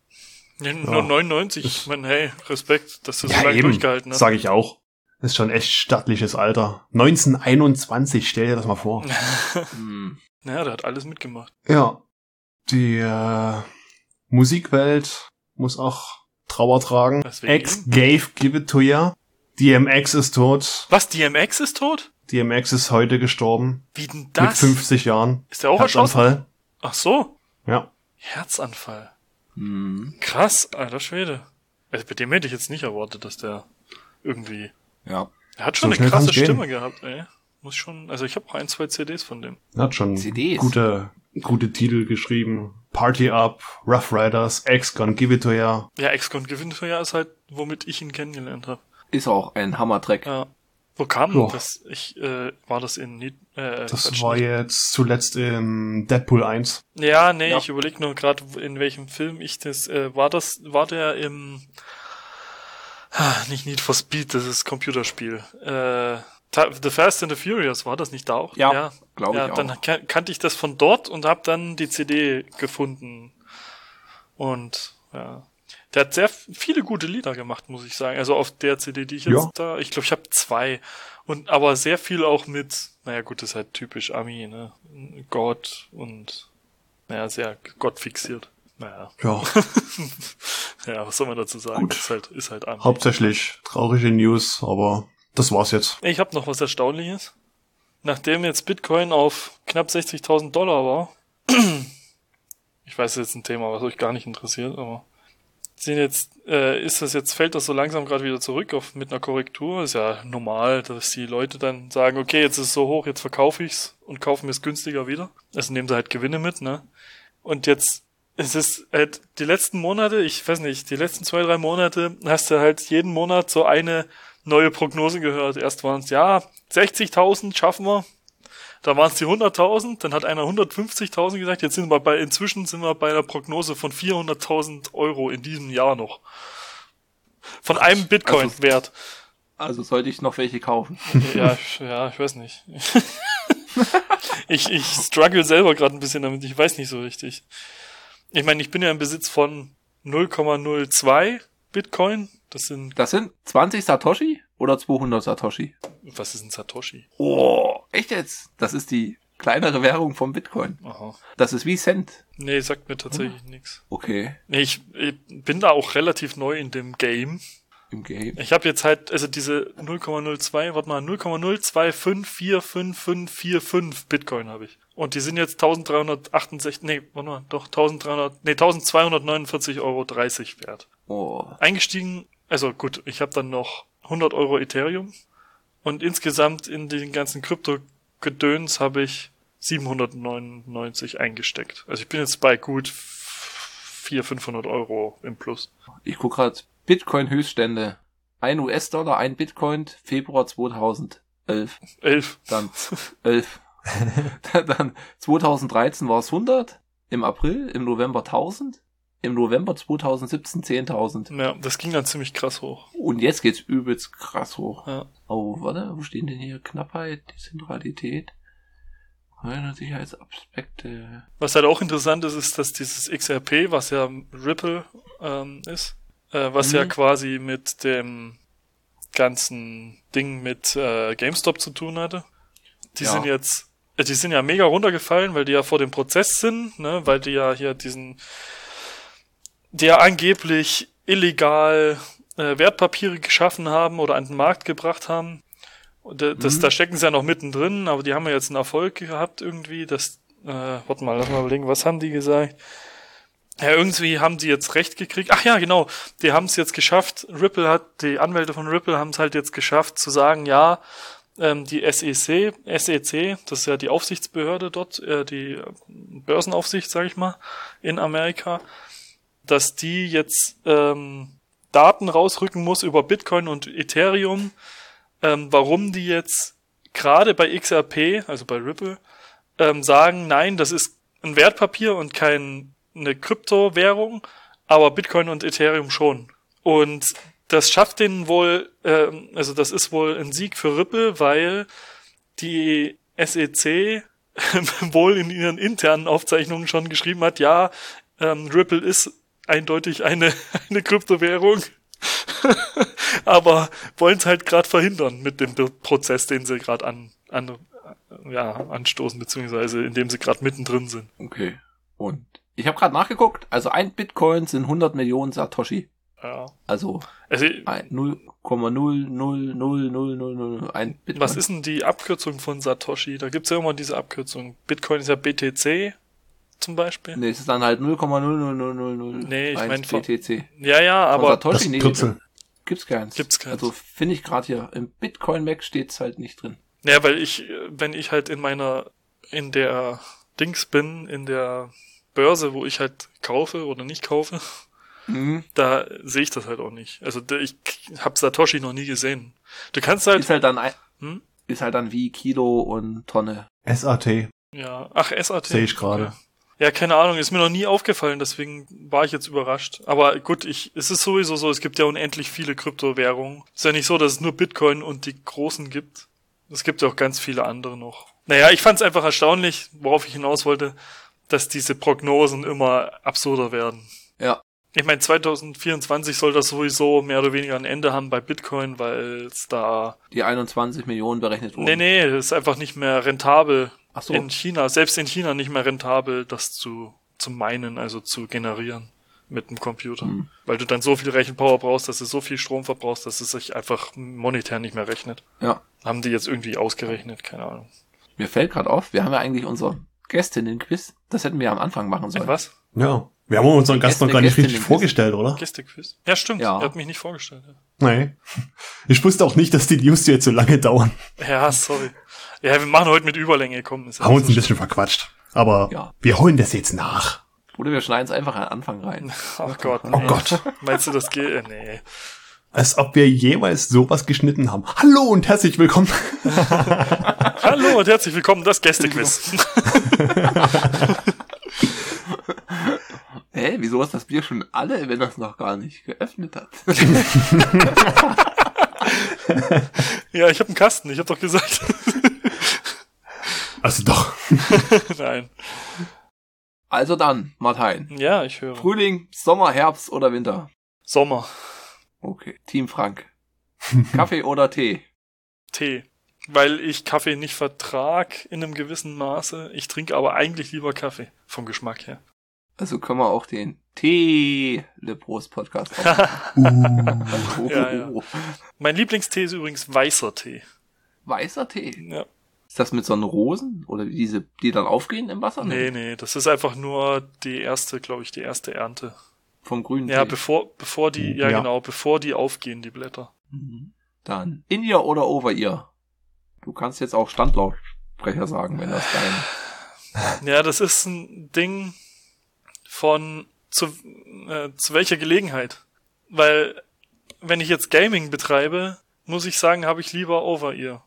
S3: Nee, nur 99. Ich meine, hey, Respekt, dass du so
S2: Ja,
S3: lange
S2: eben,
S3: durchgehalten hast.
S2: sag ich auch. Ist schon echt stattliches Alter. 1921, stell dir das mal vor.
S1: Hm.
S3: Naja, der hat alles mitgemacht.
S2: Ja. Die äh, Musikwelt muss auch Trauer tragen.
S3: Deswegen
S2: Ex gave give it to ya. DMX ist tot.
S3: Was, DMX ist tot?
S2: DMX ist heute gestorben.
S3: Wie denn
S2: Mit
S3: das?
S2: 50 Jahren.
S3: Ist der auch erschossen?
S2: Herzanfall.
S3: Ach so.
S2: Ja.
S3: Herzanfall.
S1: Hm.
S3: Krass, alter Schwede. Also bei dem hätte ich jetzt nicht erwartet, dass der irgendwie...
S1: Ja.
S3: Er hat
S2: So
S3: schon eine
S2: schnell
S3: krasse
S2: kann's gehen.
S3: Stimme gehabt, ey. Muss schon... Also ich habe auch ein, zwei CDs von dem.
S2: Hat schon
S1: CDs.
S2: gute gute Titel geschrieben. Party Up, Rough Riders, Ex Gone Give It To Ya.
S3: Ja, Ex-Con gewinnt ja ist halt, womit ich ihn kennengelernt habe.
S1: Ist auch ein Hammer-Track.
S3: Ja. Wo kam
S2: Ja.
S3: das? Ich, äh, war das in... Nied- Äh,
S2: Das
S3: Quatsch,
S2: war jetzt zuletzt im Deadpool 1.
S3: Ja, nee,
S1: Ja.
S3: ich überlege nur gerade, in welchem Film ich das. Äh, war das, war der im Ah, nicht Need for Speed, das ist Computerspiel. Äh, Ta- The Fast and the Furious, war das nicht da auch?
S1: Ja, glaub ich
S3: ja, Dann
S1: auch.
S3: kan kannte ich das von dort und habe dann die CD gefunden. Und ja. Der hat sehr f- viele gute Lieder gemacht, muss ich sagen. Also auf der CD, die ich jetzt
S2: Ja.
S3: da, ich glaube, ich habe zwei. Und aber sehr viel auch mit, naja gut, das ist halt typisch Ami, ne? Gott und naja, sehr Gott fixiert. Naja.
S2: Ja.
S3: ja, was soll man dazu sagen?
S2: Gut.
S3: Ist halt, ist halt Ami.
S2: Hauptsächlich traurige News, aber das war's jetzt.
S3: Ich habe noch was Erstaunliches. Nachdem jetzt Bitcoin auf knapp 60.000 Dollar war, ich weiß das ist ein Thema, was euch gar nicht interessiert, aber sind jetzt, äh, ist das jetzt, fällt das so langsam gerade wieder zurück auf, mit einer Korrektur. Ist ja normal, dass die Leute dann sagen, okay, jetzt ist es so hoch, jetzt verkaufe ich's und kaufe mir es günstiger wieder. Also nehmen sie halt Gewinne mit, ne? Und jetzt es ist halt die letzten Monate, ich weiß nicht, die letzten zwei, drei Monate hast du halt jeden Monat so eine neue Prognose gehört. Erst waren es, ja, 60.000 schaffen wir. Da waren es die 100.000, dann hat einer 150.000 gesagt, jetzt sind wir bei, inzwischen sind wir bei einer Prognose von 400.000 Euro in diesem Jahr noch. Von einem Bitcoin-Wert.
S1: Also sollte ich noch welche kaufen.
S3: Ja, ich- ja, ich weiß nicht. ich, ich struggle selber gerade ein bisschen damit. Ich weiß nicht so richtig. Ich meine, ich bin ja im Besitz von 0,02 Bitcoin. Das sind,
S1: Das sind 20 Satoshi oder 200 Satoshi?
S3: was ist ein Satoshi?
S1: Oh, echt jetzt? Das ist die kleinere Währung vom Bitcoin.
S3: Aha.
S1: Das ist wie Cent.
S3: Nee, sagt mir tatsächlich nichts.
S1: Okay,
S3: Nee, ich, ich bin da auch relativ neu in dem Game.
S1: im Game.
S3: Ich habe jetzt halt, also diese 0,02, warte mal, 0,025455545 Bitcoin habe ich. Und die sind jetzt 1368, nee, warte mal, doch 1300, nee, 1249,30 Euro wert.
S1: Oh,
S3: Eingestiegen, also gut, ich habe dann noch 100 Euro Ethereum. Und insgesamt in den ganzen Krypto-Gedöns habe ich 799 eingesteckt. Also ich bin jetzt bei gut 400, 500 Euro im Plus.
S1: ich guck grad Bitcoin-Höchststände. Ein US-Dollar, ein Bitcoin, Februar 2011.
S3: 11.
S1: Dann 11. Dann 2013 war es 100. Im April, im November 1000. Im November 2017 10.000.
S3: Ja, das ging dann ziemlich krass hoch.
S1: Und jetzt geht's übelst krass hoch.
S3: Ja.
S1: Oh, warte, wo stehen denn hier Knappheit, Dezentralität? Reiner Sicherheitsaspekte.
S3: Was halt auch interessant ist, ist, dass dieses XRP, was ja Ripple ähm, ist, äh, was
S1: Mhm.
S3: ja quasi mit dem ganzen Ding mit äh, GameStop zu tun hatte, die
S1: Ja.
S3: sind jetzt, äh, die sind ja mega runtergefallen, weil die ja vor dem Prozess sind, ne, weil die ja hier diesen, der angeblich illegal äh, Wertpapiere geschaffen haben oder an den Markt gebracht haben. Und da- das,
S1: Mhm.
S3: Da stecken sie ja noch mittendrin, aber die haben ja jetzt einen Erfolg gehabt irgendwie. Das, äh, warte mal, lass mal überlegen, was haben die gesagt? Ja, irgendwie haben die jetzt recht gekriegt. Ach ja, genau. Die haben es jetzt geschafft. Ripple hat, die Anwälte von Ripple haben es halt jetzt geschafft zu sagen, ja, ähm, die SEC, SEC, E das ist ja die Aufsichtsbehörde dort, äh, die äh, Börsenaufsicht, sage ich mal, in Amerika, dass die jetzt ähm, Daten rausrücken muss über Bitcoin und Ethereum, ähm, warum die jetzt gerade bei XRP, also bei Ripple, ähm, sagen, nein, das ist ein Wertpapier und kein eine Kryptowährung, aber Bitcoin und Ethereum schon. Und das schafft denen wohl, ähm, also das ist wohl ein Sieg für Ripple, weil die SEC wohl in ihren internen Aufzeichnungen schon geschrieben hat, ja, ähm, Ripple ist eindeutig eine, eine Kryptowährung, aber wollen es halt gerade verhindern mit dem Be- Prozess, den sie gerade an, an, ja, anstoßen, beziehungsweise in dem sie gerade mittendrin sind.
S1: Okay. Und ich habe gerade nachgeguckt. Also ein Bitcoin sind 100 Millionen Satoshi.
S3: Ja.
S1: Also
S3: Also,
S1: ein- 0,0000001 Bitcoin.
S3: was ist denn die Abkürzung von Satoshi? Da gibt's ja immer diese Abkürzung. Bitcoin ist ja BTC zum Beispiel.
S1: Nee, es ist dann halt 0,00000.
S3: Nee, ich mein von-
S1: BTC.
S3: Ja, ja,
S1: Von
S3: aber
S2: Das
S1: Satoshi nee,
S2: Kürzel.
S1: gibt's keins.
S3: Gibt's keins.
S1: Also finde ich gerade hier im Bitcoin Mac steht's halt nicht drin.
S3: Ja, weil ich, äh, wenn ich halt in meiner, in der Dings bin, in der Börse, wo ich halt kaufe oder nicht kaufe,
S1: Mhm.
S3: da sehe ich das halt auch nicht. Also da- ich hab Satoshi noch nie gesehen. Du kannst halt,
S1: Ist halt dann ein,
S3: Hm?
S1: ist halt dann wie Kilo und Tonne.
S2: SAT
S3: ja, ach, SAT.
S2: sehe ich gerade.
S3: Ja, keine Ahnung, ist mir noch nie aufgefallen, deswegen war ich jetzt überrascht. Aber gut, ich, es ist sowieso so, es gibt ja unendlich viele Kryptowährungen. Ist ja nicht so, dass es nur Bitcoin und die großen gibt. Es gibt ja auch ganz viele andere noch. Naja, ich fand es einfach erstaunlich, worauf ich hinaus wollte, dass diese Prognosen immer absurder werden.
S1: Ja.
S3: Ich meine, 2024 soll das sowieso mehr oder weniger ein Ende haben bei Bitcoin, weil es da...
S1: Die 21 Millionen berechnet wurden.
S3: Nee, nee, es ist einfach nicht mehr rentabel,
S1: Ach so.
S3: in China, selbst in China nicht mehr rentabel, das zu, zu meinen, also zu generieren mit dem Computer.
S1: Hm.
S3: Weil du dann so viel Rechenpower brauchst, dass du so viel Strom verbrauchst, dass es sich einfach monetär nicht mehr rechnet.
S1: Ja.
S3: Haben die jetzt irgendwie ausgerechnet, keine Ahnung.
S1: Mir fällt gerade auf, wir haben ja eigentlich unsere Gästin den Quiz. Das hätten wir am Anfang machen sollen.
S3: Was?
S2: Ja. Wir haben unseren Gast noch gar nicht
S1: Gäste-
S2: richtig
S1: Gäste-
S2: vorgestellt, oder?
S3: Gästequiz? Ja, stimmt.
S1: Ja.
S3: Er hat mich nicht vorgestellt.
S2: Nee. Ich wusste auch nicht, dass die News jetzt so lange dauern.
S3: Ja, ja sorry. Ja, wir machen heute mit Überlänge, komm. Ist ja
S2: Haben uns
S3: nicht
S2: ein
S3: so
S2: bisschen verquatscht. Aber
S1: Ja.
S2: wir holen das jetzt nach.
S1: Oder wir schneiden es einfach an den Anfang rein.
S3: Oh Gott.
S2: Oh Gott.
S3: Meinst du, das geht? Äh, Nee.
S2: Als ob wir jemals sowas geschnitten haben. Hallo und herzlich willkommen.
S3: Hallo und herzlich willkommen, das Gästequiz.
S1: Hä, wieso ist das Bier schon alle, wenn das noch gar nicht geöffnet hat?
S3: ja, ich habe einen Kasten, ich habe doch gesagt.
S2: Also doch.
S3: Nein.
S1: Also dann, Martein.
S3: Ja, ich höre.
S1: Frühling, Sommer, Herbst oder Winter?
S3: Sommer,
S1: Okay. Team Frank. Kaffee oder Tee?
S3: Tee. Weil ich Kaffee nicht vertrag in einem gewissen Maße. Ich trinke aber eigentlich lieber Kaffee. Vom Geschmack her.
S1: Also können wir auch den Tee Le Prost Podcast aufnehmen.
S2: Uh.
S1: oh,
S3: Ja, ja. Mein Lieblingstee ist übrigens weißer Tee.
S1: Weißer Tee.
S3: Ja.
S1: Ist das mit so einen Rosen? Oder diese, die dann aufgehen im Wasser?
S3: Nee, nee, das ist einfach nur die erste, glaube ich, die erste Ernte.
S1: Vom grünen
S3: Ja,
S1: Tee.
S3: bevor, bevor die, ja,
S2: Ja.
S3: genau, bevor die aufgehen, die Blätter.
S1: Mhm. Dann in ihr oder over ihr? Du kannst jetzt auch Standlautsprecher sagen, wenn das dein...
S3: Ja, das ist ein Ding von zu, äh, zu welcher Gelegenheit. Weil, wenn ich jetzt Gaming betreibe, muss ich sagen, habe ich lieber Over-Ear.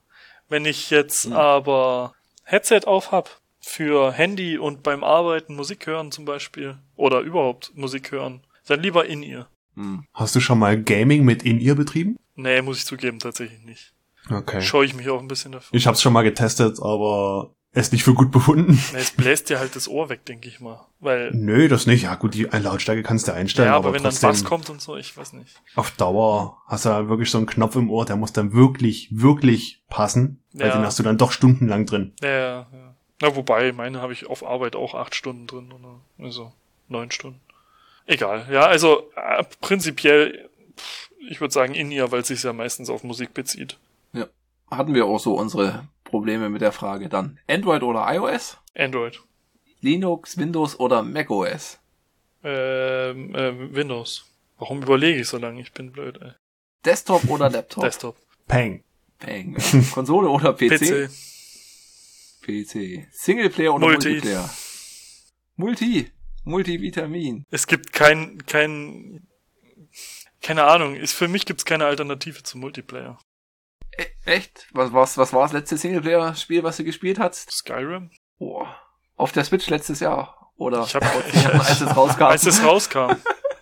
S3: Wenn ich jetzt
S1: Hm.
S3: aber Headset auf hab für Handy und beim Arbeiten Musik hören zum Beispiel, oder überhaupt Musik hören, dann lieber in ihr.
S1: Hm.
S2: Hast du schon mal Gaming mit In-Ear betrieben?
S3: Nee, muss ich zugeben, tatsächlich nicht.
S2: Okay.
S3: Scheue ich mich auch ein bisschen davon.
S2: Ich hab's schon mal getestet, aber es nicht für gut befunden.
S3: Nee, es bläst dir halt das Ohr weg, denke ich mal. Weil,
S2: Nö, das nicht. Ja gut, die Lautstärke kannst du einstellen,
S3: ja,
S2: aber,
S3: aber, wenn dann
S2: trotzdem
S3: Bass kommt und so, ich weiß nicht.
S2: auf Dauer hast du halt wirklich so einen Knopf im Ohr, der muss dann wirklich, wirklich passen, weil
S3: Ja.
S2: den hast du dann doch stundenlang drin.
S3: Ja, ja, ja. Na, wobei, meine habe ich auf Arbeit auch acht Stunden drin, oder? Also, neun Stunden. Egal. Ja, also, äh, prinzipiell, pff, ich würde sagen in ihr, weil es sich ja meistens auf Musik bezieht.
S1: Hatten wir auch so unsere Probleme mit der Frage. Dann Android oder iOS?
S3: Android.
S1: Linux, Windows oder macOS?
S3: Ähm, ähm, Windows. Warum überlege ich so lange? Ich bin blöd, ey.
S1: Desktop oder Laptop?
S3: Desktop.
S2: Peng.
S1: Peng. Konsole oder PC?
S3: PC.
S1: PC. Singleplayer oder
S3: Multi.
S1: Multiplayer? Multi. Multivitamin.
S3: Es gibt kein, kein, keine Ahnung. Ist, für mich gibt's keine Alternative zu Multiplayer.
S1: E echt? Was war's, was war's letzte Singleplayer-Spiel, was du gespielt hast?
S3: Skyrim?
S1: Boah. Auf der Switch letztes Jahr. Oder
S3: Ich hab,
S1: als es rauskam.
S3: als es rauskam.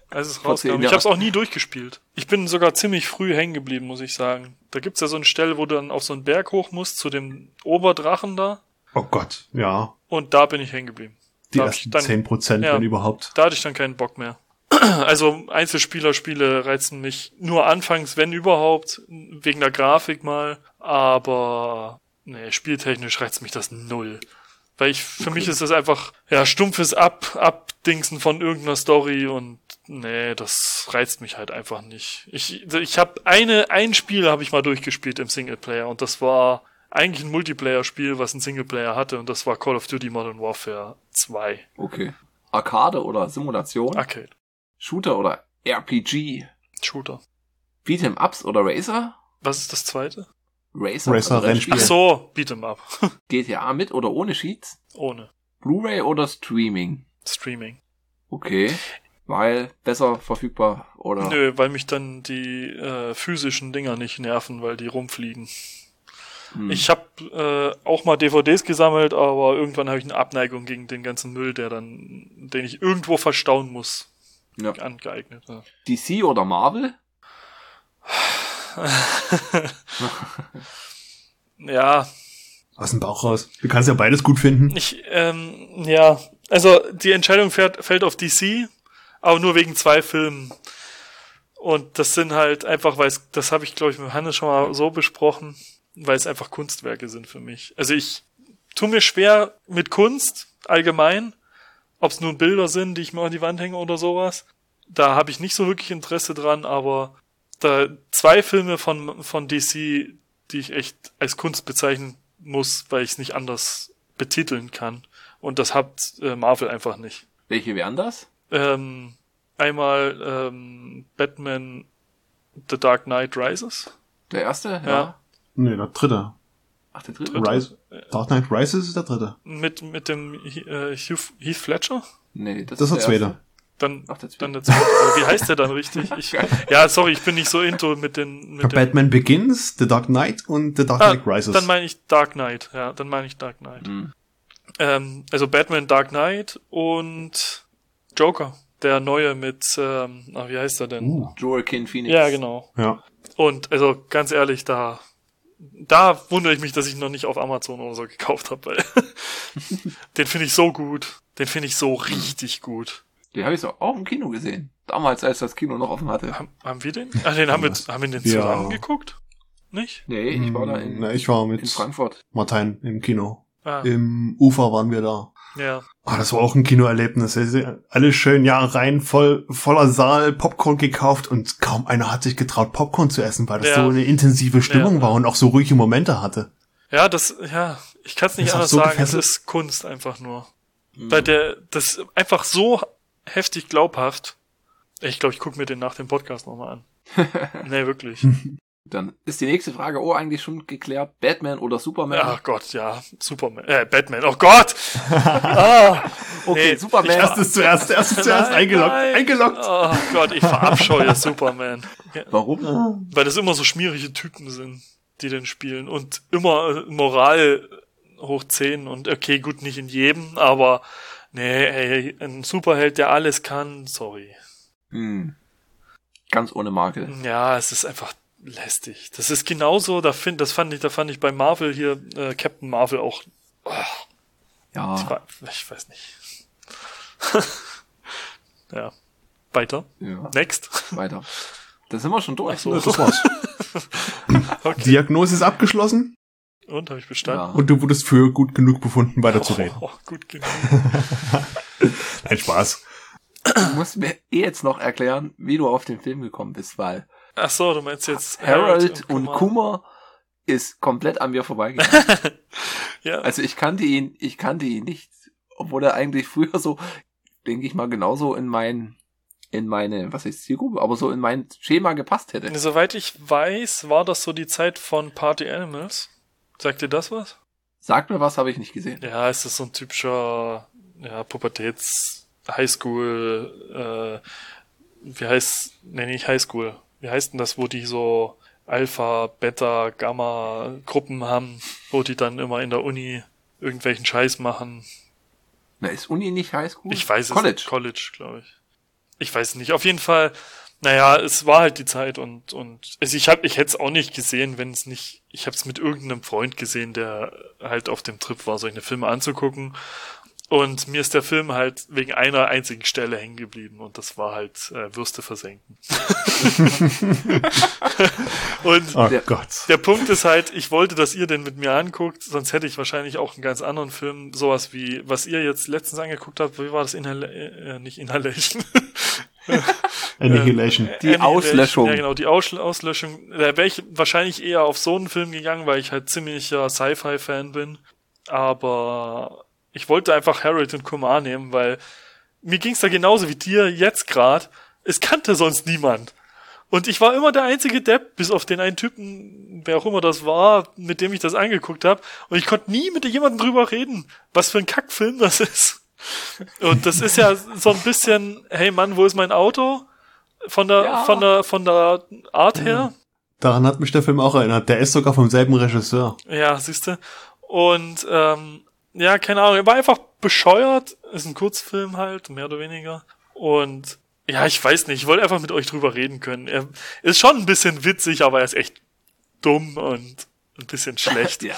S3: Als es
S1: Vor zehn
S3: rauskam. Ich
S1: Jahren.
S3: habe es auch nie durchgespielt. Ich bin sogar ziemlich früh hängen geblieben, muss ich sagen. Da gibt's ja so eine Stelle, wo du dann auf so einen Berg hoch musst, zu dem Oberdrachen da.
S2: Oh Gott, ja.
S3: Und da bin ich hängen geblieben.
S2: Die
S3: Da hab ich
S2: ersten
S3: dann-
S2: zehn Prozent,
S3: ja.
S2: wenn überhaupt.
S3: Da hatte ich dann keinen Bock mehr. Also Einzelspielerspiele reizen mich nur anfangs, wenn überhaupt, wegen der Grafik mal. Aber nee, spieltechnisch reizt mich das null. Weil ich, für mich ist das einfach, ja, stumpfes Ab Abdingsen von irgendeiner Story und nee, das reizt mich halt einfach nicht. Ich, ich habe eine, ein Spiel habe ich mal durchgespielt im Singleplayer und das war eigentlich ein Multiplayer-Spiel, was ein Singleplayer hatte und das war Call of Duty Modern Warfare 2.
S1: Okay. Arcade oder Simulation?
S3: Arcade.
S1: Shooter oder RPG?
S3: Shooter.
S1: Beat'em Ups oder also Racer?
S3: Was ist das zweite?
S1: Racer,
S2: Racer, Rennspiel.
S3: Ach
S2: Ja.
S3: so, Beat'em Up.
S1: GTA mit oder ohne Sheets?
S3: Ohne
S1: Blu-ray oder Streaming?
S3: Streaming.
S1: Okay. Weil besser verfügbar oder.
S3: Nö, weil mich dann die äh, physischen Dinger nicht nerven, weil die rumfliegen.
S1: Hm.
S3: Ich habe äh, auch mal DVDs gesammelt, aber irgendwann habe ich eine Abneigung gegen den ganzen Müll, der dann, den ich irgendwo verstauen muss,
S1: Ja.
S3: angeeignet. Ja.
S1: DC oder Marvel?
S3: ja,
S2: Aus dem Bauch raus. Du kannst ja beides gut finden.
S3: Ich, ähm, ja, also die Entscheidung fährt, fällt auf DC, aber nur wegen zwei Filmen. Und das sind halt einfach, weil es, das habe ich, glaube ich, mit Hannes schon mal so besprochen, weil es einfach Kunstwerke sind für mich. Also ich tue mir schwer mit Kunst allgemein, ob es nun Bilder sind, die ich mir an die Wand hänge oder sowas. Da habe ich nicht so wirklich Interesse dran, aber da zwei Filme von, von DC, die ich echt als Kunst bezeichnen muss, weil ich es nicht anders betiteln kann. Und das hat äh, Marvel einfach nicht.
S1: Welche wären das?
S3: Ähm, einmal ähm, Batman The Dark Knight Rises.
S1: Der erste? Ja.
S3: Ja.
S2: Nee, der dritte.
S1: Ach, der dritte?
S2: Rise. Dark Knight Rises ist der dritte.
S3: Mit, mit dem Hi- äh, Hugh- Heath Fletcher?
S1: Nee, das,
S2: Das ist der zweite.
S1: erste.
S3: Dann,
S1: Ach, der zweite.
S3: dann der zweite. Aber Wie heißt der dann richtig? Ich, ja, sorry, ich bin nicht so into mit den. Mit den
S2: Batman Begins, The Dark Knight und The Dark
S3: ah,
S2: Knight Rises.
S3: dann meine ich Dark Knight. Ja, dann meine ich Dark Knight.
S1: Hm.
S3: Ähm, also Batman, Dark Knight und Joker. Der neue mit, ähm, ach, wie heißt er denn?
S2: uh,
S1: Joaquin Phoenix.
S3: Ja, genau.
S2: ja.
S3: Und also ganz ehrlich, da, da wundere ich mich, dass ich ihn noch nicht auf Amazon oder so gekauft habe. weil Den finde ich so gut. Den finde ich so richtig gut.
S1: Den habe ich so auch im Kino gesehen. Damals, als das Kino noch offen hatte.
S3: Haben, haben wir den? Ah, den haben wir, haben wir den
S2: Ja.
S3: zusammen geguckt? Nicht?
S1: Nee, ich war da in,
S2: Na, ich war
S1: in
S2: mit
S1: Frankfurt.
S2: Martin im Kino.
S3: Ah,
S2: Im Ufer waren wir da.
S3: ja.
S2: Ah, das war auch ein Kinoerlebnis. Alle schön ja rein, voll, voller Saal, Popcorn gekauft und kaum einer hat sich getraut, Popcorn zu essen, weil das
S3: Ja.
S2: so eine intensive Stimmung
S3: Ja.
S2: war und auch so ruhige Momente hatte.
S3: Ja, das, ja, ich kann es nicht
S2: Ist auch
S3: anders
S2: so
S3: sagen.
S2: gefesselt.
S3: Es ist Kunst einfach nur.
S1: Hm.
S3: Weil der, das ist einfach so heftig glaubhaft. Ich glaube, ich gucke mir den nach dem Podcast nochmal an. nee, wirklich.
S1: Dann ist die nächste Frage, oh, eigentlich schon geklärt. Batman oder Superman?
S3: Ach Gott, ja. Superman. Äh, Batman. Oh Gott! ah,
S1: okay,
S3: nee,
S1: Superman.
S3: ich-
S2: Erstes zuerst, erstes zuerst,
S3: nein,
S2: eingeloggt,
S3: nein.
S2: eingeloggt.
S3: Oh Gott, ich verabscheue Superman.
S1: Warum?
S3: Weil das immer so schmierige Typen sind, die den spielen. Und immer äh, Moral hoch 10. Und okay, gut, nicht in jedem, aber nee, ey, ein Superheld, der alles kann, sorry.
S1: Hm. Ganz ohne Makel.
S3: Ja, es ist einfach lästig. Das ist genauso, da find, das fand ich, da fand ich bei Marvel hier äh, Captain Marvel auch. ach, ich
S1: Ja.
S3: wa- ich weiß nicht. ja. Weiter.
S1: ja.
S3: Next.
S1: Weiter. Da sind wir schon durch.
S3: Ach so.
S2: Das war's.
S3: Okay.
S2: Diagnose ist abgeschlossen
S3: Und habe ich bestanden?
S1: Ja.
S2: und du wurdest für gut genug befunden, weiterzureden.
S3: Oh, gut genug. Oh.
S2: Ein Spaß.
S1: Du musst mir eh jetzt noch erklären, wie du auf den Film gekommen bist, weil
S3: Ach so, du meinst jetzt
S1: Harold und
S3: Kumar.
S1: Kummer ist komplett an mir vorbeigegangen.
S3: Ja,
S1: also ich kannte ihn, ich kannte ihn nicht, obwohl er eigentlich früher so, denke ich mal, genauso in mein, in meine, was ist Zielgruppe, aber so in mein Schema gepasst hätte.
S3: soweit ich weiß, war das so die Zeit von Party Animals. Sagt dir das was?
S1: Sag mir was, habe ich nicht gesehen.
S3: Ja, es ist so ein typischer ja, Pubertäts Highschool äh, wie heißt nee, nicht Highschool. Wie heißt denn das, wo die so Alpha, Beta, Gamma Gruppen haben, wo die dann immer in der Uni irgendwelchen Scheiß machen.
S1: Na, ist Uni nicht Highschool?
S3: Ich weiß es
S1: College.
S3: nicht. College, glaube ich. Ich weiß es nicht. Auf jeden Fall, naja, es war halt die Zeit und, und also ich hab, ich hätte es auch nicht gesehen, wenn es nicht, ich habe es mit irgendeinem Freund gesehen, der halt auf dem Trip war, solche Filme anzugucken. Und mir ist der Film halt wegen einer einzigen Stelle hängen geblieben und das war halt äh, Würste versenken. und
S2: Oh
S1: Der-
S2: Gott.
S3: der Punkt ist halt, ich wollte, dass ihr den mit mir anguckt, sonst hätte ich wahrscheinlich auch einen ganz anderen Film, sowas wie, was ihr jetzt letztens angeguckt habt, wie war das Inhal äh, nicht Inhalation?
S2: Annihilation.
S1: Die Auslöschung.
S3: Ja, genau, die Ausl Auslöschung. Da wäre ich wahrscheinlich eher auf so einen Film gegangen, weil ich halt ziemlicher Sci-Fi-Fan bin. Aber ich wollte einfach Harold und Kumar nehmen, weil mir ging's da genauso wie dir jetzt gerade. Es kannte sonst niemand. Und ich war immer der einzige Depp, bis auf den einen Typen, wer auch immer das war, mit dem ich das angeguckt habe. Und ich konnte nie mit jemandem drüber reden, was für ein Kackfilm das ist. Und das ist ja so ein bisschen, hey Mann, wo ist mein Auto? Von der,
S1: Ja.
S3: von der, von der Art her.
S2: Daran hat mich der Film auch erinnert. Der ist sogar vom selben Regisseur.
S3: Ja, siehste. Und ähm, ja, keine Ahnung, er war einfach bescheuert. Ist ein Kurzfilm halt, mehr oder weniger. Und ja, ich weiß nicht, ich wollte einfach mit euch drüber reden können. Er ist schon ein bisschen witzig, aber er ist echt dumm und ein bisschen schlecht.
S1: Ja.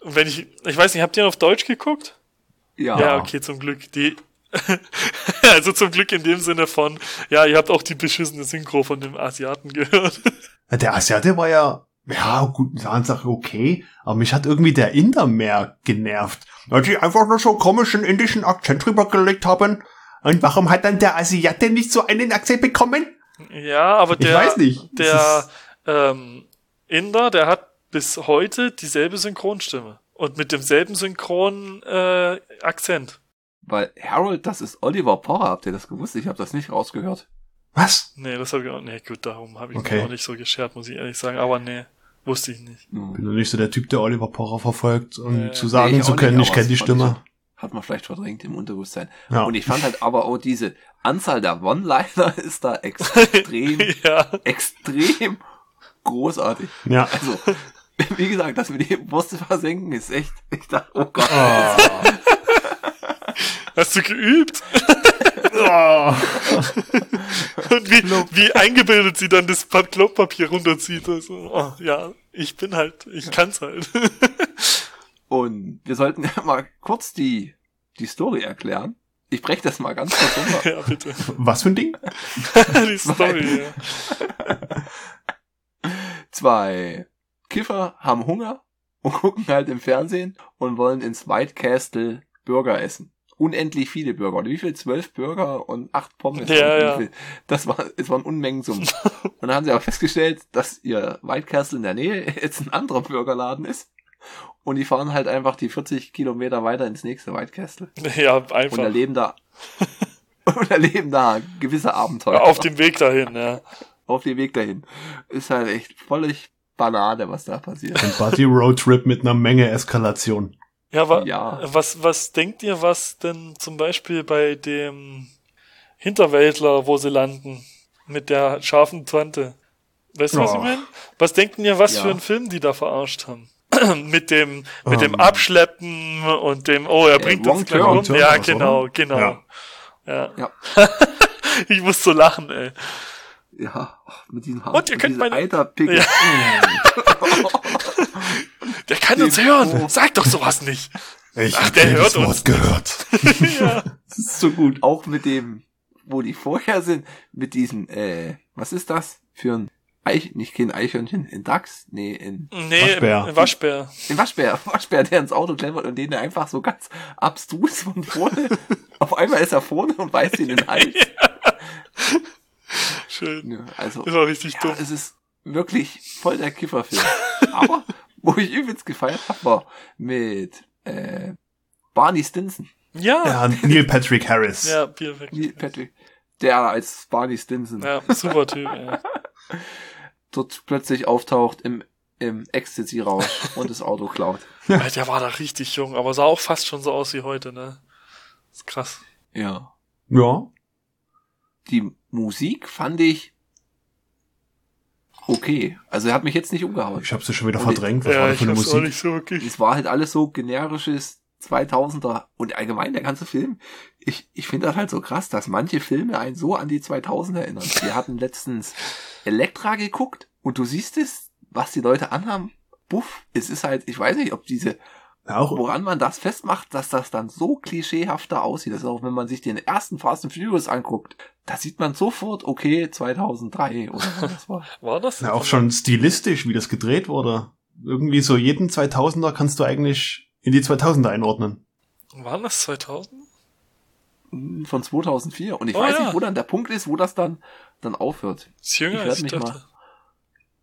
S3: Und wenn ich, ich weiß nicht, habt ihr ihn auf Deutsch geguckt?
S1: Ja.
S3: Ja, okay, zum Glück. Die, also zum Glück in dem Sinne von, ja, ihr habt auch die beschissene Synchro von dem Asiaten gehört.
S2: Der Asiate war ja, ja, gut, waren Sache okay, aber mich hat irgendwie der Inder mehr genervt, weil die einfach nur so komischen indischen Akzent rübergelegt haben. Und warum hat dann der Asiate nicht so einen Akzent bekommen?
S3: Ja, aber
S2: Ich
S3: der,
S2: weiß nicht. Das
S3: der
S2: ist-
S3: ähm, Inder, der hat bis heute dieselbe Synchronstimme und mit demselben synchronen äh, Akzent.
S1: Weil Harold, das ist Oliver Porrer, habt ihr das gewusst? Ich habe das nicht rausgehört.
S2: Was?
S3: Nee, das habe ich auch. Nee, gut, darum habe ich
S2: Okay.
S3: mich auch nicht so geschert, muss ich ehrlich sagen. Aber nee, wusste ich nicht.
S1: Hm.
S2: Bin doch nicht so der Typ, der Oliver Porra verfolgt, um
S3: Äh,
S2: zu sagen
S1: nee, ich
S2: zu
S1: auch
S2: können,
S1: nicht,
S2: ich
S1: aber
S2: kenne die
S1: das fand
S2: Stimme.
S1: hat man vielleicht verdrängt im Unterbewusstsein.
S2: Ja.
S1: Und ich fand halt aber auch diese Anzahl der One-Liner ist da extrem,
S3: ja.
S1: extrem großartig.
S2: ja.
S1: Also, wie gesagt, das mit dem Wurst versenken ist echt, ich dachte, oh Gott.
S3: Hast du geübt?
S2: Oh.
S3: Und wie, wie eingebildet sie dann das Pa- Klopapier runterzieht. Also, oh, ja, ich bin halt, ich kann's halt.
S1: Und wir sollten ja mal kurz die, die Story erklären. Ich breche das mal ganz kurz runter.
S3: ja, bitte.
S2: Was für ein Ding?
S3: Die Story, ja.
S1: Zwei Kiffer haben Hunger und gucken halt im Fernsehen und wollen ins White Castle Burger essen. Unendlich viele Burger. Oder wie viel? Zwölf Burger und acht Pommes.
S3: Ja,
S1: und wie
S3: ja.
S1: viel? Das war, es waren Unmengen Summen. und dann haben sie aber festgestellt, dass ihr White Castle in der Nähe jetzt ein anderer Burgerladen ist. Und die fahren halt einfach die 40 Kilometer weiter ins nächste White Castle.
S3: Ja,
S1: und
S3: einfach.
S1: erleben da und erleben da gewisse Abenteuer
S3: Auf dem Weg dahin, ja.
S1: auf dem Weg dahin. Ist halt echt völlig Banane, was da passiert.
S2: Ein Buddy Roadtrip mit einer Menge Eskalation.
S3: Ja, wa
S1: Ja.
S3: Was, was denkt ihr, was denn zum Beispiel bei dem Hinterwäldler, wo sie landen, mit der scharfen Tante? Weißt du, was ich
S2: Oh.
S3: meine? Was denkt ihr, was
S1: Ja.
S3: für einen Film die da verarscht haben? mit dem, mit dem
S2: Ähm.
S3: Abschleppen und dem, oh, er bringt
S1: Wrong
S3: uns gleich
S1: Turn.
S3: um.
S2: Wrong
S3: Ja,
S2: Turn,
S3: genau,
S2: oder?
S3: genau. Ja.
S2: Ja.
S1: Ja.
S3: ich muss so lachen, ey.
S1: Ja, ach, mit diesem Haar.
S3: Und ihr könnt meine-
S1: Eiterpickel.
S3: Ja. Der kann uns hören. Sag doch sowas nicht.
S2: Ich
S3: Ach,
S2: hab
S3: der
S2: jedes
S3: hört uns.
S2: Wort gehört.
S3: ja.
S1: Das ist so gut. Auch mit dem, wo die vorher sind, mit diesem, äh, was ist das für ein Eich, nicht kein Eichhörnchen, ein Dachs? Nee, ein,
S3: Nee,
S2: Waschbär.
S3: Waschbär. Waschbär.
S1: ein Waschbär, Waschbär, der ins Auto klemmert und den er einfach so ganz abstrus von vorne, auf einmal ist er vorne und weiß ihn in den Hals.
S3: Schön.
S1: Ja, also,
S3: Das war richtig
S1: Ja,
S3: dumm.
S1: es ist wirklich voll der Kifferfilm. Aber wo ich übelst gefeiert habe, war mit äh, Barney Stinson,
S3: Ja.
S2: Ja, Neil Patrick Harris.
S3: Ja, Bier weg.
S1: Neil Patrick, der als Barney Stinson
S3: Ja, super Typ, ja.
S1: dort plötzlich auftaucht im, im Ecstasy-Rausch und das Auto klaut.
S3: Alter, der war da richtig jung, aber sah auch fast schon so aus wie heute, ne? Ist krass.
S1: Ja.
S2: Ja.
S1: Die Musik fand ich okay. Also er hat mich jetzt nicht umgehauen.
S2: Ich hab sie schon wieder
S1: Und-
S2: verdrängt. Was war
S3: ja,
S2: das Also für
S3: ich
S2: eine
S3: weiß auch
S2: Musik?
S3: nicht so wirklich.
S1: Es war halt alles so generisches 2000er und allgemein der ganze Film. Ich, ich finde das halt so krass, dass manche Filme einen so an die 2000er erinnern. Wir hatten letztens Elektra geguckt und du siehst es, was die Leute anhaben. Buff, es ist halt, ich weiß nicht, ob diese,
S2: Ja, auch,
S1: woran man das festmacht, dass das dann so klischeehaft da aussieht. Das ist auch, wenn man sich den ersten Fast and Furious anguckt, da sieht man sofort, okay, 2003 oder was das war.
S3: War das?
S2: ja, auch schon stilistisch, wie das gedreht wurde. Irgendwie so jeden 2000er kannst du eigentlich in die 2000er einordnen.
S3: Waren das 2000?
S1: Von 2004. Und ich
S3: Oh
S1: weiß
S3: ja.
S1: nicht, wo dann der Punkt ist, wo das dann, dann aufhört.
S3: Ist jünger
S1: Ich werd
S3: als ich
S1: mich
S3: dachte.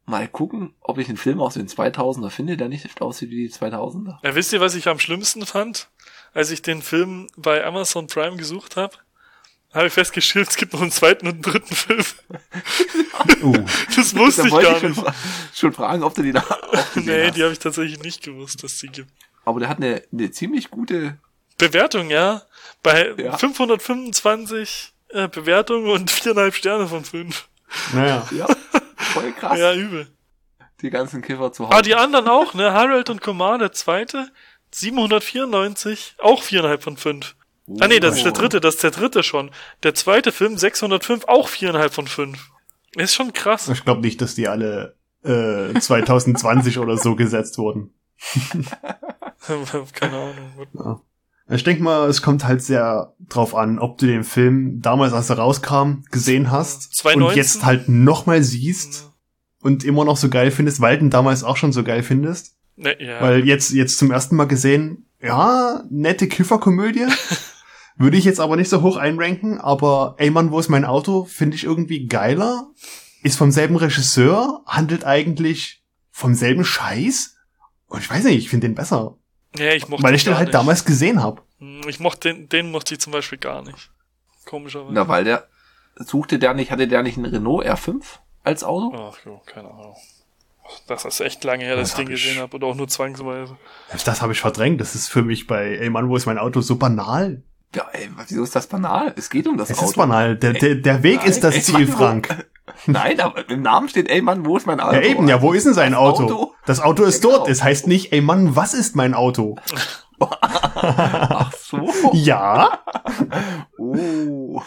S1: mal gucken, ob ich einen Film aus den 2000er finde, der nicht aussieht wie die 2000er.
S3: Ja, wisst ihr, was ich am schlimmsten fand? Als ich den Film bei Amazon Prime gesucht habe, habe ich festgestellt, es gibt noch einen zweiten und einen dritten Film.
S2: Uh,
S3: Das wusste
S1: Da
S3: ich
S1: wollte ich
S3: gar
S1: schon,
S3: nicht.
S1: fra- schon fragen, ob du die da auch gesehen
S3: Nee,
S1: hast.
S3: die habe ich tatsächlich nicht gewusst, dass die gibt.
S1: Aber der hat eine, eine ziemlich gute...
S3: Bewertung, ja. Bei
S1: Ja.
S3: 525 äh, Bewertungen und viereinhalb Sterne von fünf.
S2: naja.
S1: Ja, voll krass.
S3: Ja, übel.
S1: Die ganzen Kiffer zu
S3: Ah,
S1: Hause.
S3: die anderen auch, ne? Harold und Kumar, der zweite, 794, auch viereinhalb von fünf. Ah, nee, das
S1: Oh.
S2: Oh.
S3: ist der dritte, das ist der dritte schon. Der zweite Film, 605, auch viereinhalb von fünf. Ist schon krass.
S2: Ich glaube nicht, dass die alle äh, 2020 oder so gesetzt wurden.
S3: Keine Ahnung.
S2: Ja. Ich denke mal, es kommt halt sehr drauf an, ob du den Film damals, als er rauskam, gesehen hast
S3: Ja, 2019.
S2: und jetzt halt nochmal siehst und immer noch so geil findest, weil du ihn damals auch schon so geil findest.
S3: Ne, ja.
S1: Ähm.
S2: Weil jetzt, jetzt zum ersten Mal gesehen, ja, nette Kifferkomödie. Würde ich jetzt aber nicht so hoch einranken, aber Ey Mann, wo ist mein Auto? Finde ich irgendwie geiler. Ist vom selben Regisseur, handelt eigentlich vom selben Scheiß. Und ich weiß nicht, ich finde den besser.
S3: nee, ich mochte
S2: Weil ich den
S3: gar
S2: halt
S3: nicht.
S2: damals gesehen habe.
S3: Hm, Ich mochte den, den mochte ich zum Beispiel gar nicht. Komischerweise.
S1: Na, weil der... Suchte der nicht, hatte der nicht einen Renault R5 als Auto?
S3: Ach jo, keine Ahnung. Das ist echt lange her, dass
S2: Das
S3: ich
S2: hab
S3: den
S2: ich-
S3: gesehen habe und auch nur zwangsweise.
S2: Das habe ich verdrängt. Das ist für mich bei Ey Mann, wo ist mein Auto so banal.
S1: Ja, ey, wieso ist das banal? Es geht um das
S2: es
S1: Auto.
S2: ist banal. Der, der, der Weg
S1: Nein,
S2: ist das
S1: ey,
S2: Ziel,
S1: Mann, wo-
S2: Frank.
S1: Nein, aber im Namen steht, ey Mann, wo ist mein Auto?
S2: ja eben, ja, wo ist denn sein Auto?
S1: Auto?
S2: Das Auto ist
S1: Genau.
S2: dort. Es heißt nicht, ey Mann, was ist mein Auto?
S1: Ach so.
S2: Ja?
S1: Oh.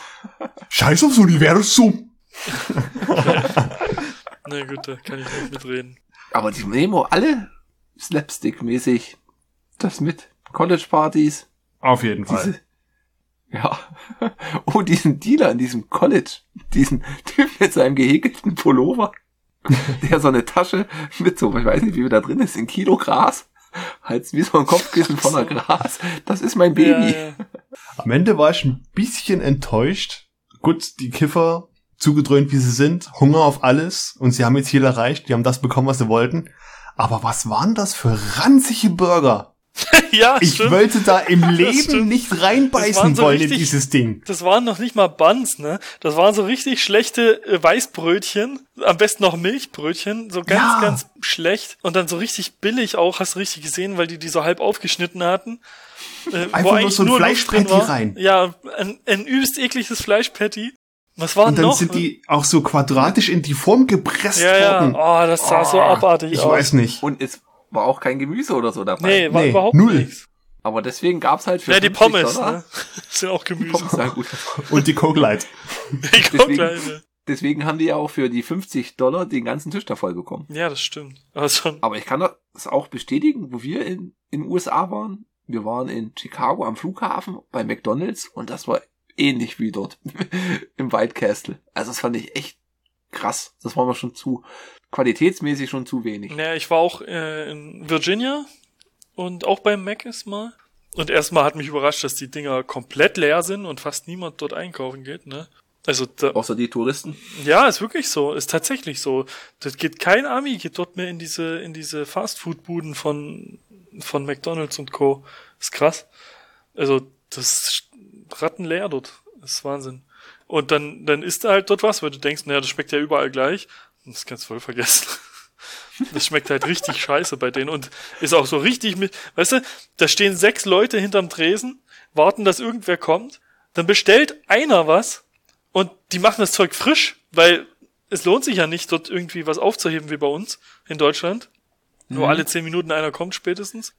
S2: Scheiß aufs Universum.
S3: Na gut, da kann ich nicht mitreden.
S1: Aber die nehmen auch alle slapstick-mäßig das mit. College-Partys,
S2: Auf jeden Fall.
S1: diese. Ja. Oh, diesen Dealer in diesem College, diesen Typ mit seinem gehäkelten Pullover, der so eine Tasche mit so, ich weiß nicht, wie viel da drin ist, ein Kilo Gras, halt wie so ein Kopfkissen voller Gras. Das ist mein Baby.
S3: Ja, ja.
S2: Am Ende war ich ein bisschen enttäuscht. Gut, die Kiffer, zugedröhnt wie sie sind, Hunger auf alles und sie haben ihr Ziel erreicht, die haben das bekommen, was sie wollten. Aber was waren das für ranzige Burger?
S3: ja
S2: Ich
S3: stimmt.
S2: wollte da im Leben
S3: stimmt.
S2: nicht
S3: Das waren
S2: reinbeißen
S3: so
S2: wollen in
S3: richtig-
S2: dieses Ding.
S3: Das waren noch nicht mal Buns, ne? Das waren so richtig schlechte äh, Weißbrötchen, am besten noch Milchbrötchen, so ganz,
S2: Ja.
S3: ganz schlecht und dann so richtig billig auch, hast du richtig gesehen, weil die die so halb aufgeschnitten hatten. Äh,
S2: Einfach nur so ein
S3: Luft
S2: Fleischpatty
S3: drin war.
S2: rein.
S3: Ja, ein, ein übelst ekliges Fleischpatty. Was war
S2: Und dann
S3: Oh, noch?
S2: sind die auch so quadratisch in die Form gepresst
S3: ja, ja.
S2: worden.
S3: Oh, das sah so
S1: Oh,
S3: abartig
S2: Ah, ich
S3: aus.
S2: weiß nicht.
S1: Und es war auch kein Gemüse oder so dabei.
S3: Nee, war
S2: Nee,
S3: überhaupt
S2: null.
S3: nichts.
S1: Aber deswegen gab's halt für
S3: Ja, die
S1: 50
S3: Pommes,
S1: Dollar-
S3: ne? Sind auch
S1: Die
S3: Gemüse.
S1: Pommes, ja, gut.
S2: Und die Coke Light.
S3: Ich guck
S1: Deswegen-
S3: gleich, ne?
S1: Deswegen haben die ja auch für die 50 Dollar den ganzen Tisch da voll bekommen.
S3: Ja, das stimmt. Aber schon.
S1: Aber ich kann das auch bestätigen, wo wir in in den USA waren. Wir waren in Chicago am Flughafen bei McDonald's und das war ähnlich wie dort im White Castle. Also das fand ich echt krass. Das war mir schon zu qualitätsmäßig schon zu wenig.
S3: Naja, ich war auch äh, in Virginia und auch beim Mac ist mal. Und erstmal hat mich überrascht, dass die Dinger komplett leer sind und fast niemand dort einkaufen geht, ne? Also, da,
S1: Außer die Touristen.
S3: ja, ist wirklich so, ist tatsächlich so. Das geht kein Ami, geht dort mehr in diese, in diese Fastfood-Buden von, von McDonalds und Co. Ist krass. Also, das ist rattenleer dort. Das ist Wahnsinn. Und dann, dann isst du halt dort was, weil du denkst, naja, das schmeckt ja überall gleich. Das kannst du voll vergessen. Das schmeckt halt richtig scheiße bei denen und ist auch so richtig mit, weißt du, da stehen sechs Leute hinterm Tresen, warten, dass irgendwer kommt, dann bestellt einer was und die machen das Zeug frisch, weil es lohnt sich ja nicht, dort irgendwie was aufzuheben wie bei uns in Deutschland, wo alle zehn Minuten einer kommt spätestens.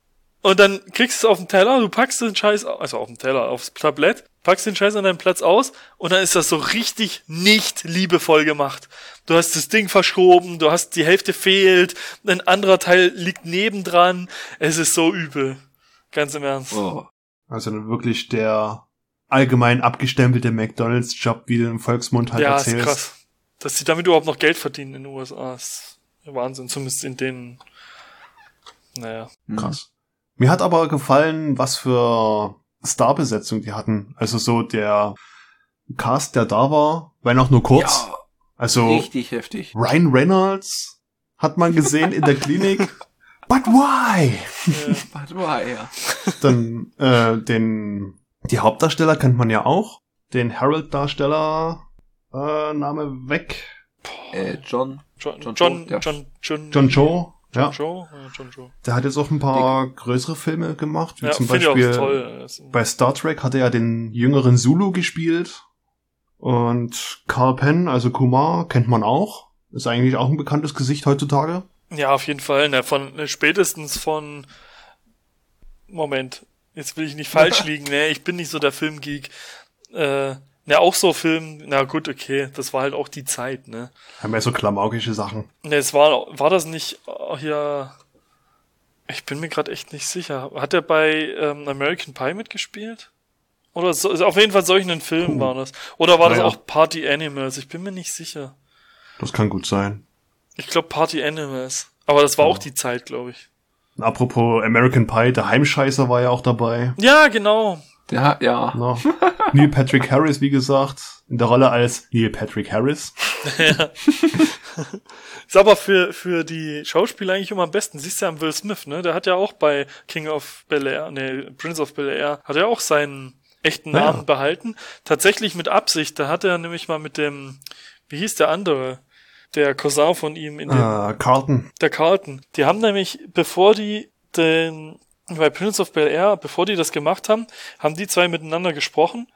S3: Und dann kriegst du es auf den Teller, du packst den Scheiß, also auf den Teller, aufs Tablett, packst den Scheiß an deinen Platz aus und dann ist das so richtig nicht liebevoll gemacht. Du hast das Ding verschoben, du hast die Hälfte fehlt, ein anderer Teil liegt nebendran. Es ist so übel. Ganz im Ernst.
S1: Oh.
S2: Also wirklich der allgemein abgestempelte McDonalds-Job, wie du im Volksmund halt
S3: ja, ist
S2: erzählst.
S3: krass. Dass sie damit überhaupt noch Geld verdienen in den USA, ist Wahnsinn. Zumindest in denen. Naja.
S1: Hm.
S2: Krass. Mir hat aber gefallen, was für Starbesetzung die hatten. Also so der Cast, der da war, wenn auch nur kurz.
S1: Hm. Ja,
S2: also
S1: richtig heftig.
S2: Ryan Reynolds hat man gesehen in der Klinik. But why?
S3: ja.
S1: Warte mal, ja.
S2: Dann äh, den die Hauptdarsteller kennt man ja auch. Den Harold-Darsteller äh, Name weg.
S1: Äh, John.
S3: John,
S1: John
S3: John,
S1: Cho, ja.
S3: John, John, John,
S2: John Cho. Ja,
S3: Joe? Ja, John Joe.
S2: der hat jetzt auch ein paar größere Filme gemacht, wie
S3: Ja,
S2: zum
S3: finde ich auch
S2: Beispiel
S3: toll. Das ist-
S2: bei Star Trek hat er ja den jüngeren Zulu gespielt. Und Carl Penn, also Kumar, kennt man auch. Ist eigentlich auch ein bekanntes Gesicht heutzutage.
S3: Ja, auf jeden Fall. Na, von, äh, spätestens von. Moment, jetzt will ich nicht falsch liegen. Ne, ich bin nicht so der Filmgeek. Äh, na, auch so Film. Na gut, okay. Das war halt auch die Zeit, ne?
S2: Haben ja so klamaukische Sachen.
S3: Ne, es war, war das nicht äh, hier. Ich bin mir gerade echt nicht sicher. Hat er bei ähm, American Pie mitgespielt? Oder so, auf jeden Fall solchen Filmen
S2: Puh.
S3: war das. Oder war das
S2: Naja.
S3: auch Party Animals? Ich bin mir nicht sicher.
S2: Das kann gut sein.
S3: Ich glaube Party Animals. Aber das war auch die Zeit, glaube ich.
S2: Und apropos American Pie, der Heimscheißer war ja auch dabei.
S3: Ja, genau.
S1: Ja, ja.
S2: Na, Neil Patrick Harris, wie gesagt, in der Rolle als Neil Patrick Harris.
S3: Ist aber für, für die Schauspieler eigentlich immer am besten. Siehst du ja am Will Smith, ne? Der hat ja auch bei King of Bel Air, ne, Prince of Bel Air, hat er auch seinen echten
S2: Ja.
S3: Namen behalten. Tatsächlich mit Absicht. Da hat er nämlich mal mit dem, wie hieß der andere? der Cousin von ihm in dem,
S2: Ah, Carlton.
S3: der Carlton. Die haben nämlich, bevor die den, bei Prince of Bel Air, bevor die das gemacht haben, haben die zwei miteinander gesprochen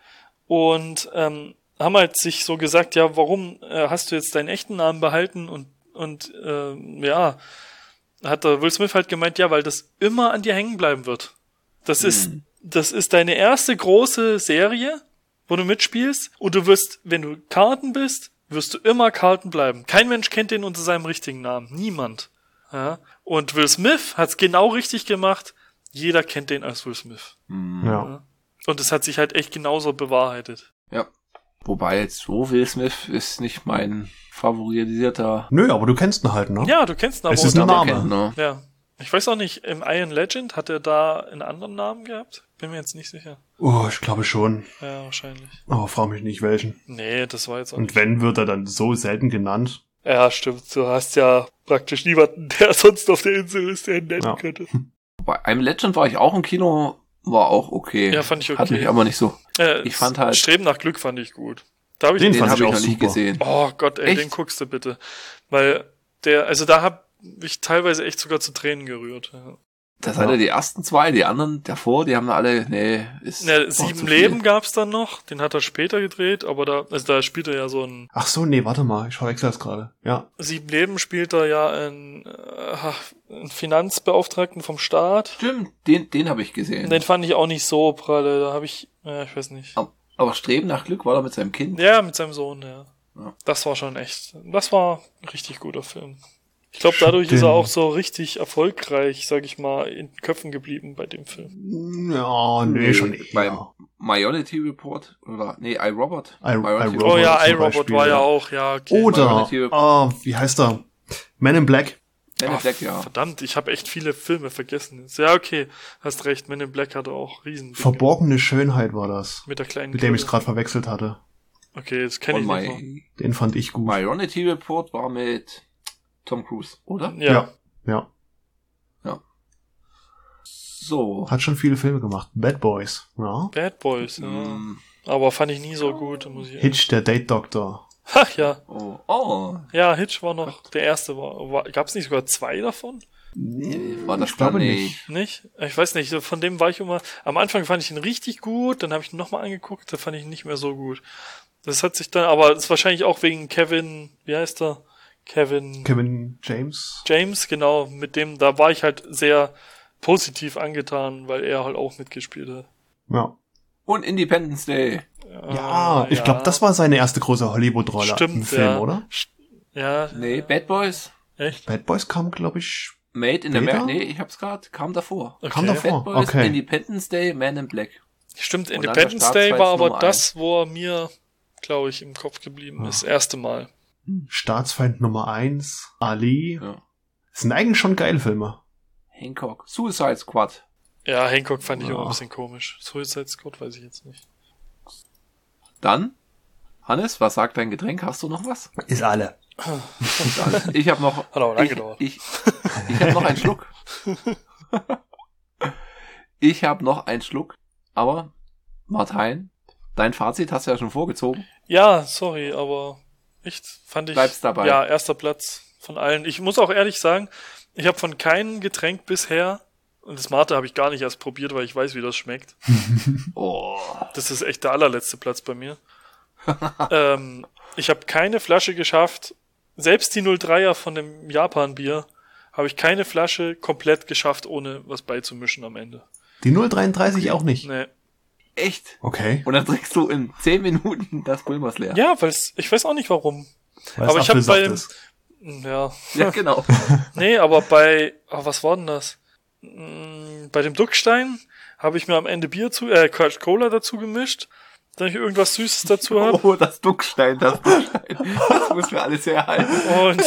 S3: und ähm, haben halt sich so gesagt, ja, warum äh, hast du jetzt deinen echten Namen behalten und und ähm, ja, hat der Will Smith halt gemeint, ja, weil das immer an dir hängen bleiben wird. Das ist das ist deine erste große Serie, wo du mitspielst und du wirst, wenn du Karten bist, wirst du immer Karten bleiben. Kein Mensch kennt den unter seinem richtigen Namen, niemand. Ja? Und Will Smith hat's genau richtig gemacht. Jeder kennt den als Will Smith.
S1: Hm.
S2: Ja.
S3: Und es hat sich halt echt genauso bewahrheitet.
S1: Ja. Wobei jetzt so Will Smith ist nicht mein favorisierter
S2: Nö, aber du kennst ihn halt, ne?
S3: Ja, du kennst ihn aber.
S2: Es ist
S3: unter-
S2: ein Name.
S1: kennt, ne?
S3: ja. Ich weiß auch nicht, im Iron Legend hat er da einen anderen Namen gehabt? Bin mir jetzt nicht sicher.
S2: Oh, ich glaube schon.
S3: Ja, wahrscheinlich.
S2: Oh, frag mich nicht welchen.
S3: Nee, das war jetzt auch nicht.
S2: Und wenn, wird er dann so selten genannt.
S3: Ja, stimmt. Du hast ja praktisch niemanden, der sonst auf der Insel ist, der ihn nennen
S2: Ja. Hm.
S3: könnte.
S1: Bei einem Legend war ich auch im Kino, war auch okay.
S3: Ja, fand ich okay.
S1: Hat mich aber nicht so.
S3: Äh,
S1: Ich fand halt-
S3: Streben nach Glück fand ich gut. Da habe ich
S2: Den
S1: Den
S2: fand
S1: habe
S2: ich
S1: ich
S2: auch
S1: noch nicht
S2: super.
S1: gesehen.
S3: Oh Gott, ey,
S1: Echt?
S3: den guckst du bitte. Weil der, also da hab ich teilweise echt sogar zu Tränen gerührt. Ja.
S1: Das
S2: Ja.
S1: hatte die ersten zwei, die anderen davor, die haben alle, nee, ist.
S3: Na,
S1: doch zu
S3: Ne, Sieben
S1: viel.
S3: Leben gab's dann noch, den hat er später gedreht, aber da, also da spielt er ja so ein,
S2: Ach so, nee, warte mal, ich verwechsel das gerade. Ja.
S3: Sieben Leben spielt er ja einen, äh, einen Finanzbeauftragten vom Staat.
S1: Stimmt, den, den habe ich gesehen.
S3: Den fand ich auch nicht so pralle, da habe ich, ja, ich weiß nicht.
S1: Aber, aber Streben nach Glück war da mit seinem Kind.
S3: Ja, mit seinem Sohn, ja.
S1: Ja.
S3: Das war schon echt, das war ein richtig guter Film. Ich glaube, dadurch ist er
S2: Stimmt.
S3: auch so richtig erfolgreich, sag ich mal, in den Köpfen geblieben bei dem Film.
S2: Ja, nee,
S1: Nee,
S2: schon eher.
S1: beim- Minority Report oder nee, I Robot.
S2: I- I,
S3: Oh
S2: Robot
S3: ja,
S2: zum
S3: iRobot
S2: Beispiel,
S3: war ja
S2: ja. Oh,
S3: auch, ja. Okay.
S2: Oder,
S1: Alternative-
S2: ah, wie heißt er? Man in Black.
S1: Men in
S3: Ach,
S1: Black, ja.
S3: Verdammt, ich habe echt viele Filme vergessen. jetzt. Ja, okay, hast recht, Men in Black hatte auch riesen
S2: Verborgene Schönheit war das,
S3: mit der kleinen
S2: mit dem ich
S3: Kröte.
S2: gerade verwechselt hatte.
S3: Okay, das kenne ich
S1: Und
S3: nicht.
S1: my,
S2: Den fand ich gut.
S1: Minority Report war mit Tom Cruise, oder?
S3: Mehr. Ja.
S2: Ja. Ja,
S1: So.
S2: hat schon viele Filme gemacht. Bad Boys, ja.
S3: Bad Boys, ja.
S1: Mm,
S3: Aber fand ich nie so gut, muss ich.
S2: Hitch, der Date Doctor.
S3: Ach ja.
S1: oh, oh.
S3: Ja, Hitch war noch der erste war, war gab's nicht sogar zwei davon?
S1: War das
S2: ich glaube
S1: dann
S2: nicht.
S3: Nicht? Ich weiß nicht, so von dem war ich immer. Am Anfang fand ich ihn richtig gut, dann habe ich ihn nochmal angeguckt, da fand ich ihn nicht mehr so gut. Das hat sich dann, aber das ist wahrscheinlich auch wegen Kevin, wie heißt er? Kevin
S2: Kevin James.
S3: James, genau, mit dem, da war ich halt sehr positiv angetan, weil er halt auch mitgespielt hat.
S2: Ja,
S1: Und Independence Day.
S2: ja ich glaube, das war seine erste große Hollywood-Rolle im
S3: Ah, Stimmt,
S2: Film,
S3: ja.
S2: oder?
S3: Ja,
S1: Nee, Bad Boys.
S3: echt?
S2: Bad Boys kam, glaube ich,
S1: Made in
S2: Peter?
S1: America. Nee, ich hab's gerade. Kam davor.
S3: Okay.
S2: Kam davor.
S1: Bad Boys,
S2: okay.
S1: Independence Day, Man in Black.
S3: Stimmt,
S1: dann der
S3: Independence Day war
S1: Staatsfeind
S3: aber
S1: Nummer Ah.
S3: das, wo er mir, glaube ich, im Kopf geblieben ist. Erste Mal.
S2: Staatsfeind Nummer eins, Ali.
S1: Ja.
S2: Das sind eigentlich schon geile Filme.
S1: Hancock. Suicide Squad.
S3: Ja, Hancock fand ich immer ein
S2: Ja.
S3: bisschen komisch. Suicide Squad weiß ich jetzt nicht.
S1: Dann, Hannes, was sagt dein Getränk? Hast du noch was?
S2: Ist alle.
S1: Dann, ich habe noch.
S3: Hat aber lange
S1: ich,
S3: gedauert.
S1: Ich, ich habe noch einen Schluck. ich habe noch einen Schluck. Aber, Martin, dein Fazit hast du ja schon vorgezogen.
S3: Ja, sorry, aber echt fand ich.
S1: Bleib's dabei.
S3: Ja, erster Platz von allen. Ich muss auch ehrlich sagen, ich habe von keinem Getränk bisher und das Mate habe ich gar nicht erst probiert, weil ich weiß, wie das schmeckt.
S1: Oh.
S3: Das ist echt der allerletzte Platz bei mir. ähm, ich habe keine Flasche geschafft. Selbst die 03er von dem Japan-Bier habe ich keine Flasche komplett geschafft, ohne was beizumischen am Ende.
S2: Die 033 auch nicht.
S3: Nee.
S1: Echt?
S2: Okay.
S1: Und dann trinkst du in 10 Minuten das Pulvers leer.
S3: Ja, weil ich weiß auch nicht warum.
S2: Weil
S3: Aber
S2: es
S3: ich hab
S2: Apfelsaft
S3: bei-
S2: ist.
S3: Ja.
S1: ja genau.
S3: Nee, aber bei, ah, was war denn das? Mm, Bei dem Duckstein habe ich mir am Ende Bier zu, äh, Quatsch, Cola dazu gemischt, damit ich irgendwas Süßes dazu habe.
S1: Oh, das Duckstein, das Duckstein. Das muss mir alles herhalten.
S3: Und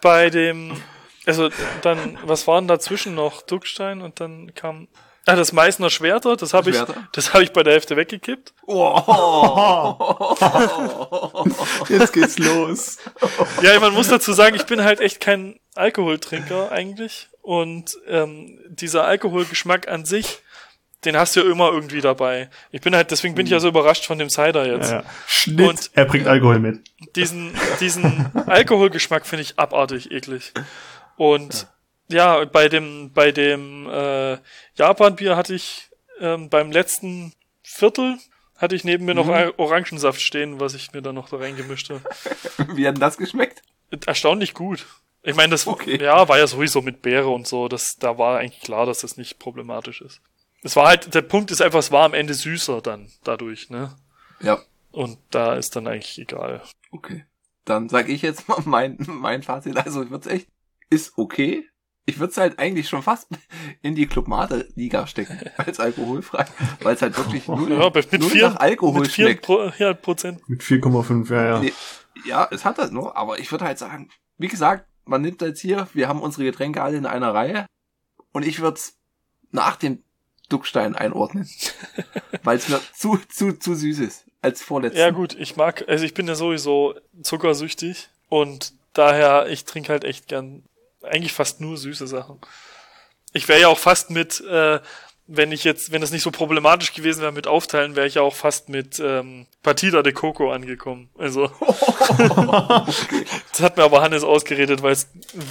S3: bei dem, also dann, was waren dazwischen noch? Duckstein und dann kam, ah, das Meißner Schwerter, das habe ich,
S1: Schwerter.
S3: das habe ich bei der Hälfte weggekippt.
S1: Oh.
S2: Oh. Jetzt geht's los.
S3: Ja, man muss dazu sagen, ich bin halt echt kein Alkoholtrinker eigentlich. Und ähm, dieser Alkoholgeschmack an sich, den hast du ja immer irgendwie dabei. Ich bin halt, deswegen bin ich ja so überrascht von dem Cider jetzt.
S2: Hm. Ja, ja. Schnitt,
S3: Und-
S2: er bringt Alkohol mit.
S3: Diesen, diesen Alkoholgeschmack finde ich abartig eklig. Und ja, bei dem, bei dem äh, Japan-Bier hatte ich ähm, beim letzten Viertel hatte ich neben mir noch
S1: Mhm.
S3: Al- Orangensaft stehen, was ich mir dann noch da reingemischt habe.
S1: Wie hat denn das geschmeckt?
S3: Erstaunlich gut. Ich meine, das
S1: Okay.
S3: ja, war ja sowieso mit Beere und so. Das, da war eigentlich klar, dass das nicht problematisch ist. Es war halt, der Punkt ist einfach, es war am Ende süßer dann dadurch, ne?
S1: Ja,
S3: Und da ist dann eigentlich egal.
S1: okay. Dann sage ich jetzt mal mein, mein Fazit. Also ich würde echt, ist okay. Ich würde es halt eigentlich schon fast in die Clubmate-Liga stecken, als alkoholfrei, weil es halt wirklich nur,
S3: Ja, mit, Oh, mit
S1: nur
S3: vier,
S1: nach Alkohol
S3: mit vier
S1: schmeckt.
S3: Pro, ja, Prozent.
S2: Mit 4,5, ja, ja.
S1: Nee. Ja, es hat das nur, aber ich würde halt sagen, wie gesagt, man nimmt jetzt hier, wir haben unsere Getränke alle in einer Reihe und ich würde es nach dem Duckstein einordnen, weil es mir zu, zu, zu süß ist, als vorletzten.
S3: Ja, gut, ich mag, also ich bin ja sowieso zuckersüchtig und daher, ich trinke halt echt gern eigentlich fast nur süße Sachen. Ich wäre ja auch fast mit, äh, wenn ich jetzt, wenn es nicht so problematisch gewesen wäre mit Aufteilen, wäre ich ja auch fast mit ähm, Partida de Coco angekommen. Also, das hat mir aber Hannes ausgeredet, weil es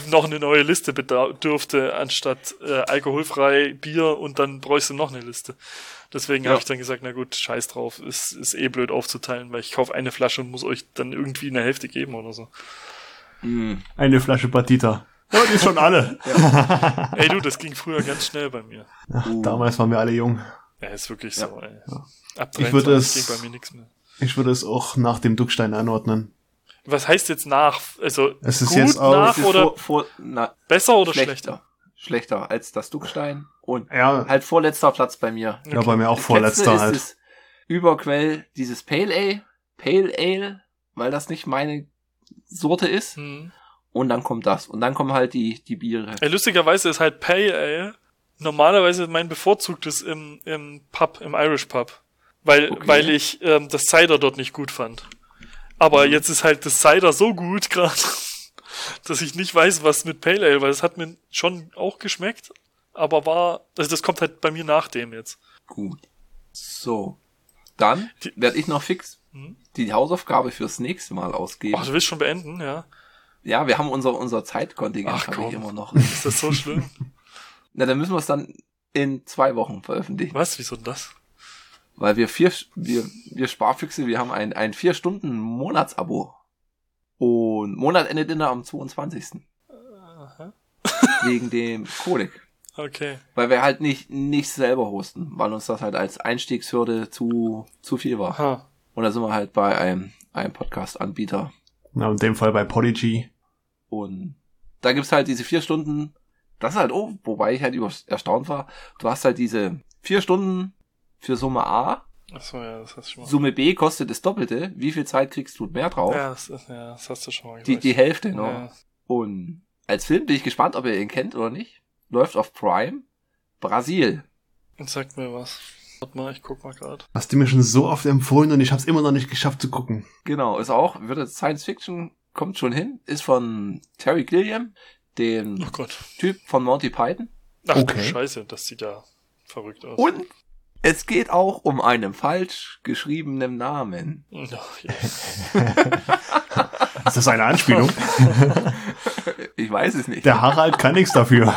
S3: noch eine neue Liste bedürfte, anstatt äh, alkoholfrei Bier und dann bräuchte noch eine Liste. Deswegen
S1: Ja.
S3: habe ich dann gesagt, na gut, scheiß drauf, ist, ist eh blöd aufzuteilen, weil ich kaufe eine Flasche und muss euch dann irgendwie eine Hälfte geben oder so.
S1: Mm.
S2: Eine Flasche Batita. Ja, die ist schon alle.
S3: Ey du, das ging früher ganz schnell bei mir.
S1: Uh.
S2: Damals waren wir alle jung.
S3: Ja, ist wirklich so, ey. Ab
S2: Ich würde
S3: 23
S2: es-
S3: ging bei mir nichts mehr.
S2: Ich würde es auch nach dem Duckstein einordnen.
S3: Was heißt jetzt nach? Also
S2: Es ist
S3: gut
S2: jetzt auch-
S3: nach
S1: Es ist
S3: oder
S1: vor, vor, na,
S3: besser oder schlechter?
S1: schlechter. Schlechter als das Duckstein und
S2: Ja,
S1: halt vorletzter Platz bei mir.
S2: ja bei mir auch vorletzter
S1: Letzte
S2: halt.
S1: ist es Überquell dieses Pale Ale, Pale Ale, weil das nicht meine Sorte ist.
S3: Hm.
S1: Und dann kommt das. Und dann kommen halt die, die Biere.
S3: Ey, lustigerweise ist halt Pale Ale normalerweise mein bevorzugtes im, im Pub, im Irish Pub. Weil,
S1: Okay.
S3: weil ich ähm, das Cider dort nicht gut fand. Aber jetzt ist halt das Cider so gut gerade, dass ich nicht weiß, was mit Pale Ale, weil es hat mir schon auch geschmeckt, aber war, also das kommt halt bei mir nach dem jetzt.
S1: Gut. So. Dann
S3: Die-
S1: werde ich noch fix
S3: Hm?
S1: die Hausaufgabe fürs nächste Mal ausgeben.
S3: Ach, du willst schon beenden, ja?
S1: Ja, wir haben unser, unser Zeitkontingent
S3: Ach,
S1: hab
S3: komm.
S1: ich immer noch.
S3: Ist das so schlimm?
S1: Na, dann müssen wir es dann in zwei Wochen veröffentlichen.
S3: was? Wieso denn das?
S1: Weil wir vier, wir, wir Sparfüchse, wir haben ein, ein vier Stunden Monatsabo. Und Monat endet immer am 22. Wegen dem Codec.
S3: Okay.
S1: Weil wir halt nicht, nicht selber hosten, weil uns das halt als Einstiegshürde zu, zu viel war.
S3: Aha.
S1: Und da sind wir halt bei einem, einem Podcast-Anbieter.
S2: Na, in dem Fall bei Podigy.
S1: Und da gibt's halt diese vier Stunden. Das ist halt, oh, wobei ich halt über erstaunt war. Du hast halt diese vier Stunden für Summe A.
S3: Achso, ja, das hast du schon mal.
S1: Summe B kostet das Doppelte. Wie viel Zeit kriegst du mehr drauf?
S3: Ja, das, ist- ja, das hast du schon mal
S1: Die, die Hälfte, ne?
S3: Ja.
S1: Und als Film bin ich gespannt, ob ihr ihn kennt oder nicht. Läuft auf Prime. Brasil.
S3: Sagt mir was. Warte mal, ich guck mal gerade.
S2: Hast du mir schon so oft empfohlen und ich hab's immer noch nicht geschafft zu gucken.
S1: Genau, ist auch, wird jetzt Science Fiction, kommt schon hin, ist von Terry Gilliam, dem
S3: Oh Gott.
S1: Typ von Monty Python.
S3: Ach du
S2: Okay.
S3: Scheiße, das sieht ja verrückt aus.
S1: Und es geht auch um einen falsch geschriebenen Namen.
S3: Ach, ja.
S2: Ist das eine Anspielung?
S1: Ich weiß es nicht.
S2: Der Harald kann nichts dafür.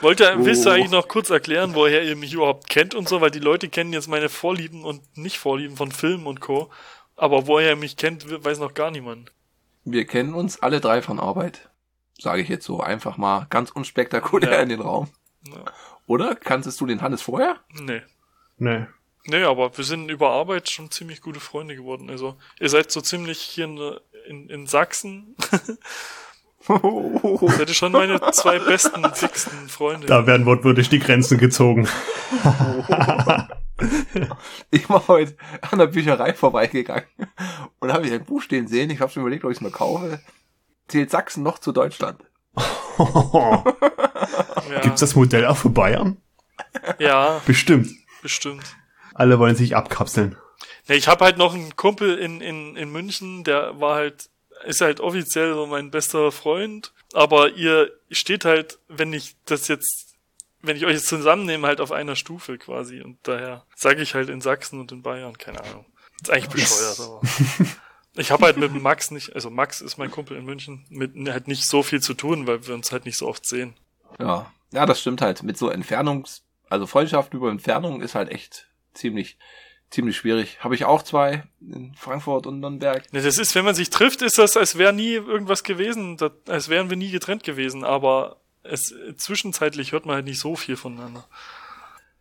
S3: Wollt ihr,
S1: Oh.
S3: willst du eigentlich noch kurz erklären, woher ihr mich überhaupt kennt und so? Weil die Leute kennen jetzt meine Vorlieben und Nicht-Vorlieben von Filmen und Co. Aber woher ihr mich kennt, we- weiß noch gar niemand.
S1: Wir kennen uns alle drei von Arbeit. Sage ich jetzt so einfach mal ganz unspektakulär
S3: Ja.
S1: in den Raum.
S3: Ja.
S1: Oder? Kanntest du den Hannes vorher?
S3: Nee.
S2: Nee.
S3: Nee, aber wir sind über Arbeit schon ziemlich gute Freunde geworden. Also, ihr seid so ziemlich hier in, in, in Sachsen. seid ihr schon meine zwei besten, dicksten Freunde.
S2: Da werden wortwörtlich die Grenzen gezogen.
S1: Ich war heute an der Bücherei vorbeigegangen und habe ich ein Buch stehen sehen. Ich habe schon überlegt, ob ich es mir kaufe. Zählt Sachsen noch zu Deutschland?
S3: ja.
S2: Gibt's das Modell auch für Bayern?
S3: ja,
S2: Bestimmt.
S3: bestimmt.
S2: Alle wollen sich abkapseln.
S3: Ja, ich habe halt noch einen Kumpel in, in, in München, der war halt ist halt offiziell so mein bester Freund, aber ihr steht halt, wenn ich das jetzt, wenn ich euch jetzt zusammennehme, halt auf einer Stufe quasi und daher sage ich halt in Sachsen und in Bayern, keine Ahnung. Ist eigentlich bescheuert,
S2: Yes.
S3: aber. Ich habe halt mit dem Max nicht, also Max ist mein Kumpel in München, mit halt nicht so viel zu tun, weil wir uns halt nicht so oft sehen.
S1: Ja. ja, das stimmt halt. Mit so Entfernungs-, also Freundschaft über Entfernung ist halt echt ziemlich, ziemlich schwierig. Habe ich auch zwei in Frankfurt und Nürnberg.
S3: Ne, das ist, wenn man sich trifft, ist das, als wäre nie irgendwas gewesen, das, als wären wir nie getrennt gewesen, aber es, zwischenzeitlich hört man halt nicht so viel voneinander.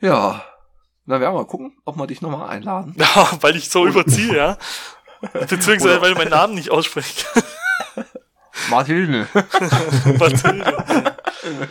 S1: Ja. Na, werden wir mal gucken, ob wir dich nochmal einladen.
S3: Ja, weil ich so überziehe, ja. Beziehungsweise, weil du meinen Namen nicht aussprichst.
S1: Mathilde.
S3: Mathilde.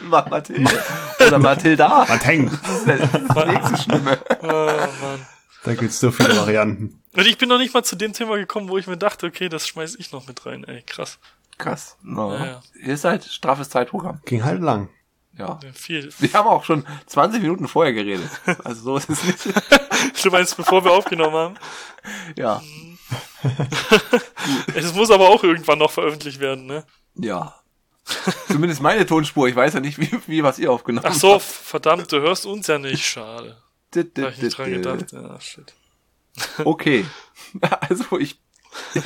S1: Ma- Mathilde. Oder Mathilda.
S2: Mateng.
S1: Das ist das nächste Schlimme.
S3: Oh, Mann.
S2: Da gibt's so viele Varianten.
S3: Und ich bin noch nicht mal zu dem Thema gekommen, wo ich mir dachte, okay, das schmeiß ich noch mit rein, ey, krass.
S1: Krass. Na,
S3: Ja, ja.
S1: Ist halt straffes Zeitprogramm.
S2: Ging halt lang.
S1: Ja.
S3: Ja, Viel.
S1: Wir haben auch schon 20 Minuten vorher geredet. Also so ist es nicht.
S3: Du meinst, bevor wir aufgenommen haben?
S1: Ja.
S3: Es muss aber auch irgendwann noch veröffentlicht werden, ne?
S1: Ja. Zumindest meine Tonspur. Ich weiß ja nicht, wie, wie was ihr aufgenommen
S3: Ach so, verdammt, du hörst uns ja nicht, schade.
S1: habt.
S3: Da hab ich nicht dran gedacht. Ja, shit.
S1: Okay. Also ich,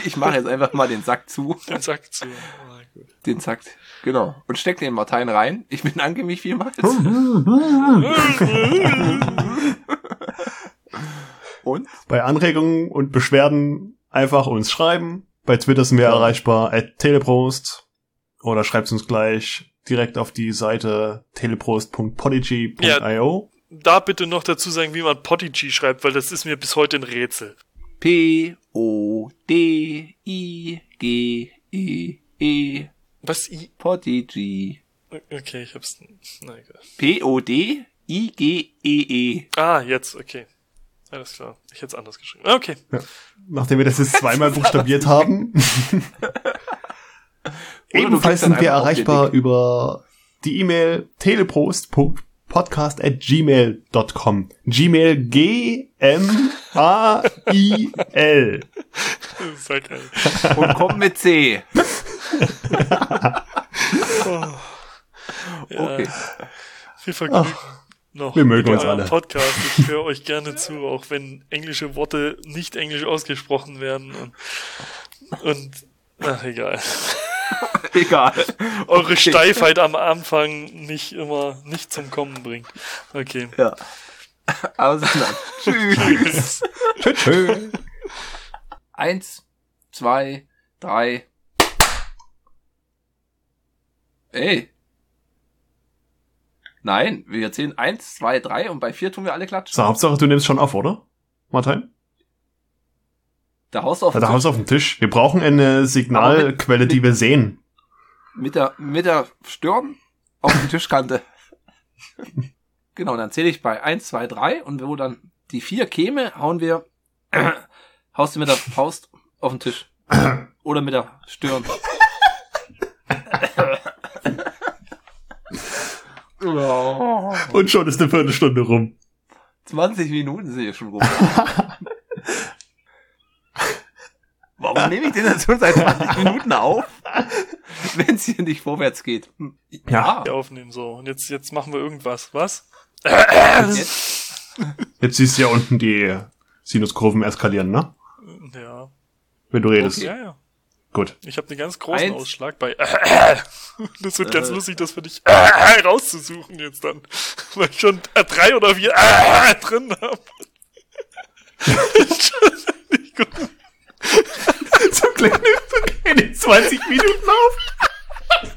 S1: ich mache jetzt einfach mal den Sack zu.
S3: Den Sack zu. Ah, gut.
S1: Den Sack. Genau. Und steck den Martein rein. Ich bedanke mich vielmals.
S2: Hm.
S1: Und
S2: Bei Anregungen und Beschwerden einfach uns schreiben. Bei Twitter sind wir erreichbar at teleprost oder schreibt uns gleich direkt auf die Seite teleprost.podigy.io.
S3: Da bitte noch dazu sagen, wie man Podigy schreibt, weil das ist mir bis heute ein Rätsel.
S1: P O D I G I E
S3: Was? I
S1: Podigy.
S3: okay, ich hab's. Na egal.
S1: P O D I G E E.
S3: Ah, jetzt, okay. Alles klar. Ich hätte es anders geschrieben. Ah, Okay.
S2: Nachdem wir das jetzt zweimal buchstabiert haben.
S1: Oder du
S2: Ebenfalls
S1: klickst dann
S2: sind wir
S1: einfach auf den
S2: erreichbar
S1: Link.
S2: über die E-Mail teleprost.podcast at gmail.com. Gmail G-M-A-I-L.
S3: Das ist ja geil.
S1: Und komm mit C. Okay.
S3: Viel Vergnügen. Noch
S2: wir mögen
S3: mit
S2: uns
S3: eurem
S2: alle.
S3: Podcast. Ich höre euch gerne zu, auch wenn englische Worte nicht englisch ausgesprochen werden und, und ach egal.
S1: Egal.
S3: Eure
S1: Okay.
S3: Steifheit am Anfang nicht immer nicht zum Kommen bringt. Okay.
S1: Ja. Also dann. Tschüss.
S2: Tschö, tschö.
S1: Eins, zwei, drei. Ey. Nein, wir zählen eins, zwei, drei und bei vier tun wir alle klatschen.
S2: So, Hauptsache, du nimmst schon auf, oder? Martin?
S1: Da haust du auf
S2: Ja,
S1: den
S2: da haben
S1: Tisch
S2: wir auf dem Tisch. Wir brauchen eine Signalquelle, die wir sehen.
S1: mit der, mit der Stirn auf die Tischkante. genau, dann zähle ich bei eins, zwei, drei und wo dann die vier käme, hauen wir, haust du mit der Faust auf den Tisch. Oder mit der Stirn.
S2: Und schon ist eine Viertelstunde rum.
S1: 20 Minuten sind hier schon rum. Warum nehme ich denn das schon seit 20 Minuten auf, wenn es hier nicht vorwärts geht? Hm.
S2: Ja.
S3: Wir aufnehmen so. Und jetzt, jetzt machen wir irgendwas. Was?
S1: Und jetzt?
S2: Jetzt siehst du ja unten die Sinuskurven eskalieren, ne?
S3: Ja.
S2: Wenn du redest.
S3: Ja, ja.
S2: Gut.
S3: Ich habe einen ganz großen
S1: Eins.
S3: Ausschlag bei. Das wird ganz
S1: Äh.
S3: lustig, das für dich rauszusuchen jetzt dann. Weil ich schon äh, drei oder vier äh, drin habe.
S2: Zum Glück nimmst du keine 20 Minuten auf.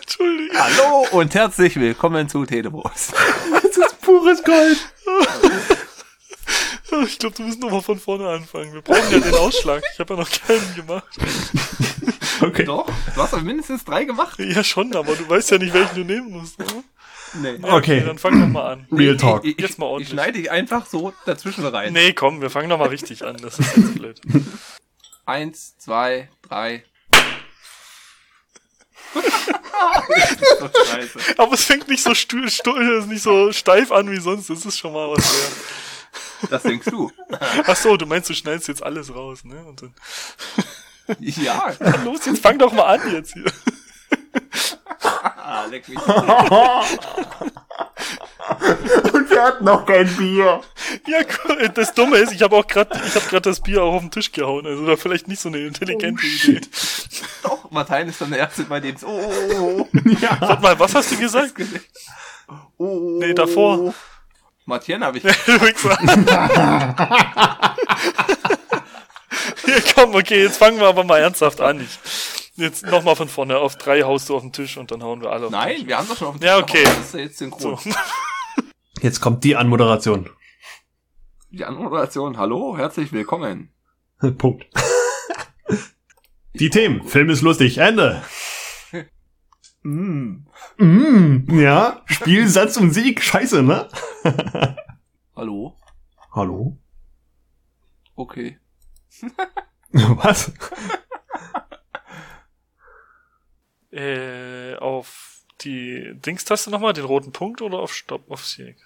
S3: Entschuldigung.
S1: Hallo und herzlich willkommen zu Telebros.
S2: Das ist pures Gold.
S3: Ich glaube, du musst nochmal von vorne anfangen. Wir brauchen ja den Ausschlag. Ich habe ja noch keinen gemacht.
S2: Okay.
S1: Doch, du hast doch mindestens drei gemacht.
S3: Ja, schon, aber du weißt ja nicht, welchen du nehmen musst. Ne?
S1: Nee.
S3: Ja,
S2: Okay.
S3: Dann fang noch mal an.
S2: Real Talk.
S1: Ich, ich,
S3: Jetzt mal ordentlich.
S1: ich schneide dich einfach so dazwischen rein.
S3: Nee, komm, wir fangen noch mal richtig an. Das ist jetzt blöd.
S1: Eins, zwei, drei. das ist doch scheiße.
S3: Aber es fängt nicht so, stu stu nicht so steif an wie sonst. Das ist schon mal was wert.
S1: Das denkst du.
S3: Ach so, du meinst, du schneidest jetzt alles raus, ne? Und dann, "Ah,
S1: Ja.
S3: los, jetzt fang doch mal an jetzt hier.
S1: Ah, leck mich.
S4: Und wir hatten noch kein Bier.
S3: Ja, cool. das Dumme ist, ich habe auch gerade, ich habe gerade das Bier auch auf den Tisch gehauen. Also war vielleicht nicht so eine intelligente Idee.
S1: Doch, Martin ist dann der Erste, bei dem es. Oh, oh, oh,
S3: Warte mal, was hast du gesagt?
S1: oh, oh.
S3: Nee, davor.
S1: Martien habe ich.
S3: Du Wichser. Hier, komm, okay, jetzt fangen wir aber mal ernsthaft an. Ich, jetzt nochmal von vorne. Auf drei haust du auf den Tisch und dann hauen wir alle auf den
S1: Nein, wir haben doch schon auf dem
S3: Ja,
S1: Tisch
S3: okay.
S1: gehauen. Das ist ja jetzt synchron.
S3: So.
S2: Jetzt kommt die Anmoderation.
S1: Die Anmoderation. Hallo, herzlich willkommen.
S2: Punkt. Die Themen. Film ist lustig. Ende.
S1: Mm.
S2: Mm, ja. Spiel, Satz und Sieg. Scheiße, ne?
S1: Hallo.
S2: Hallo?
S1: Okay.
S2: Was?
S3: Äh, auf die Dingstaste nochmal, den roten Punkt oder auf Stopp, auf Sieg?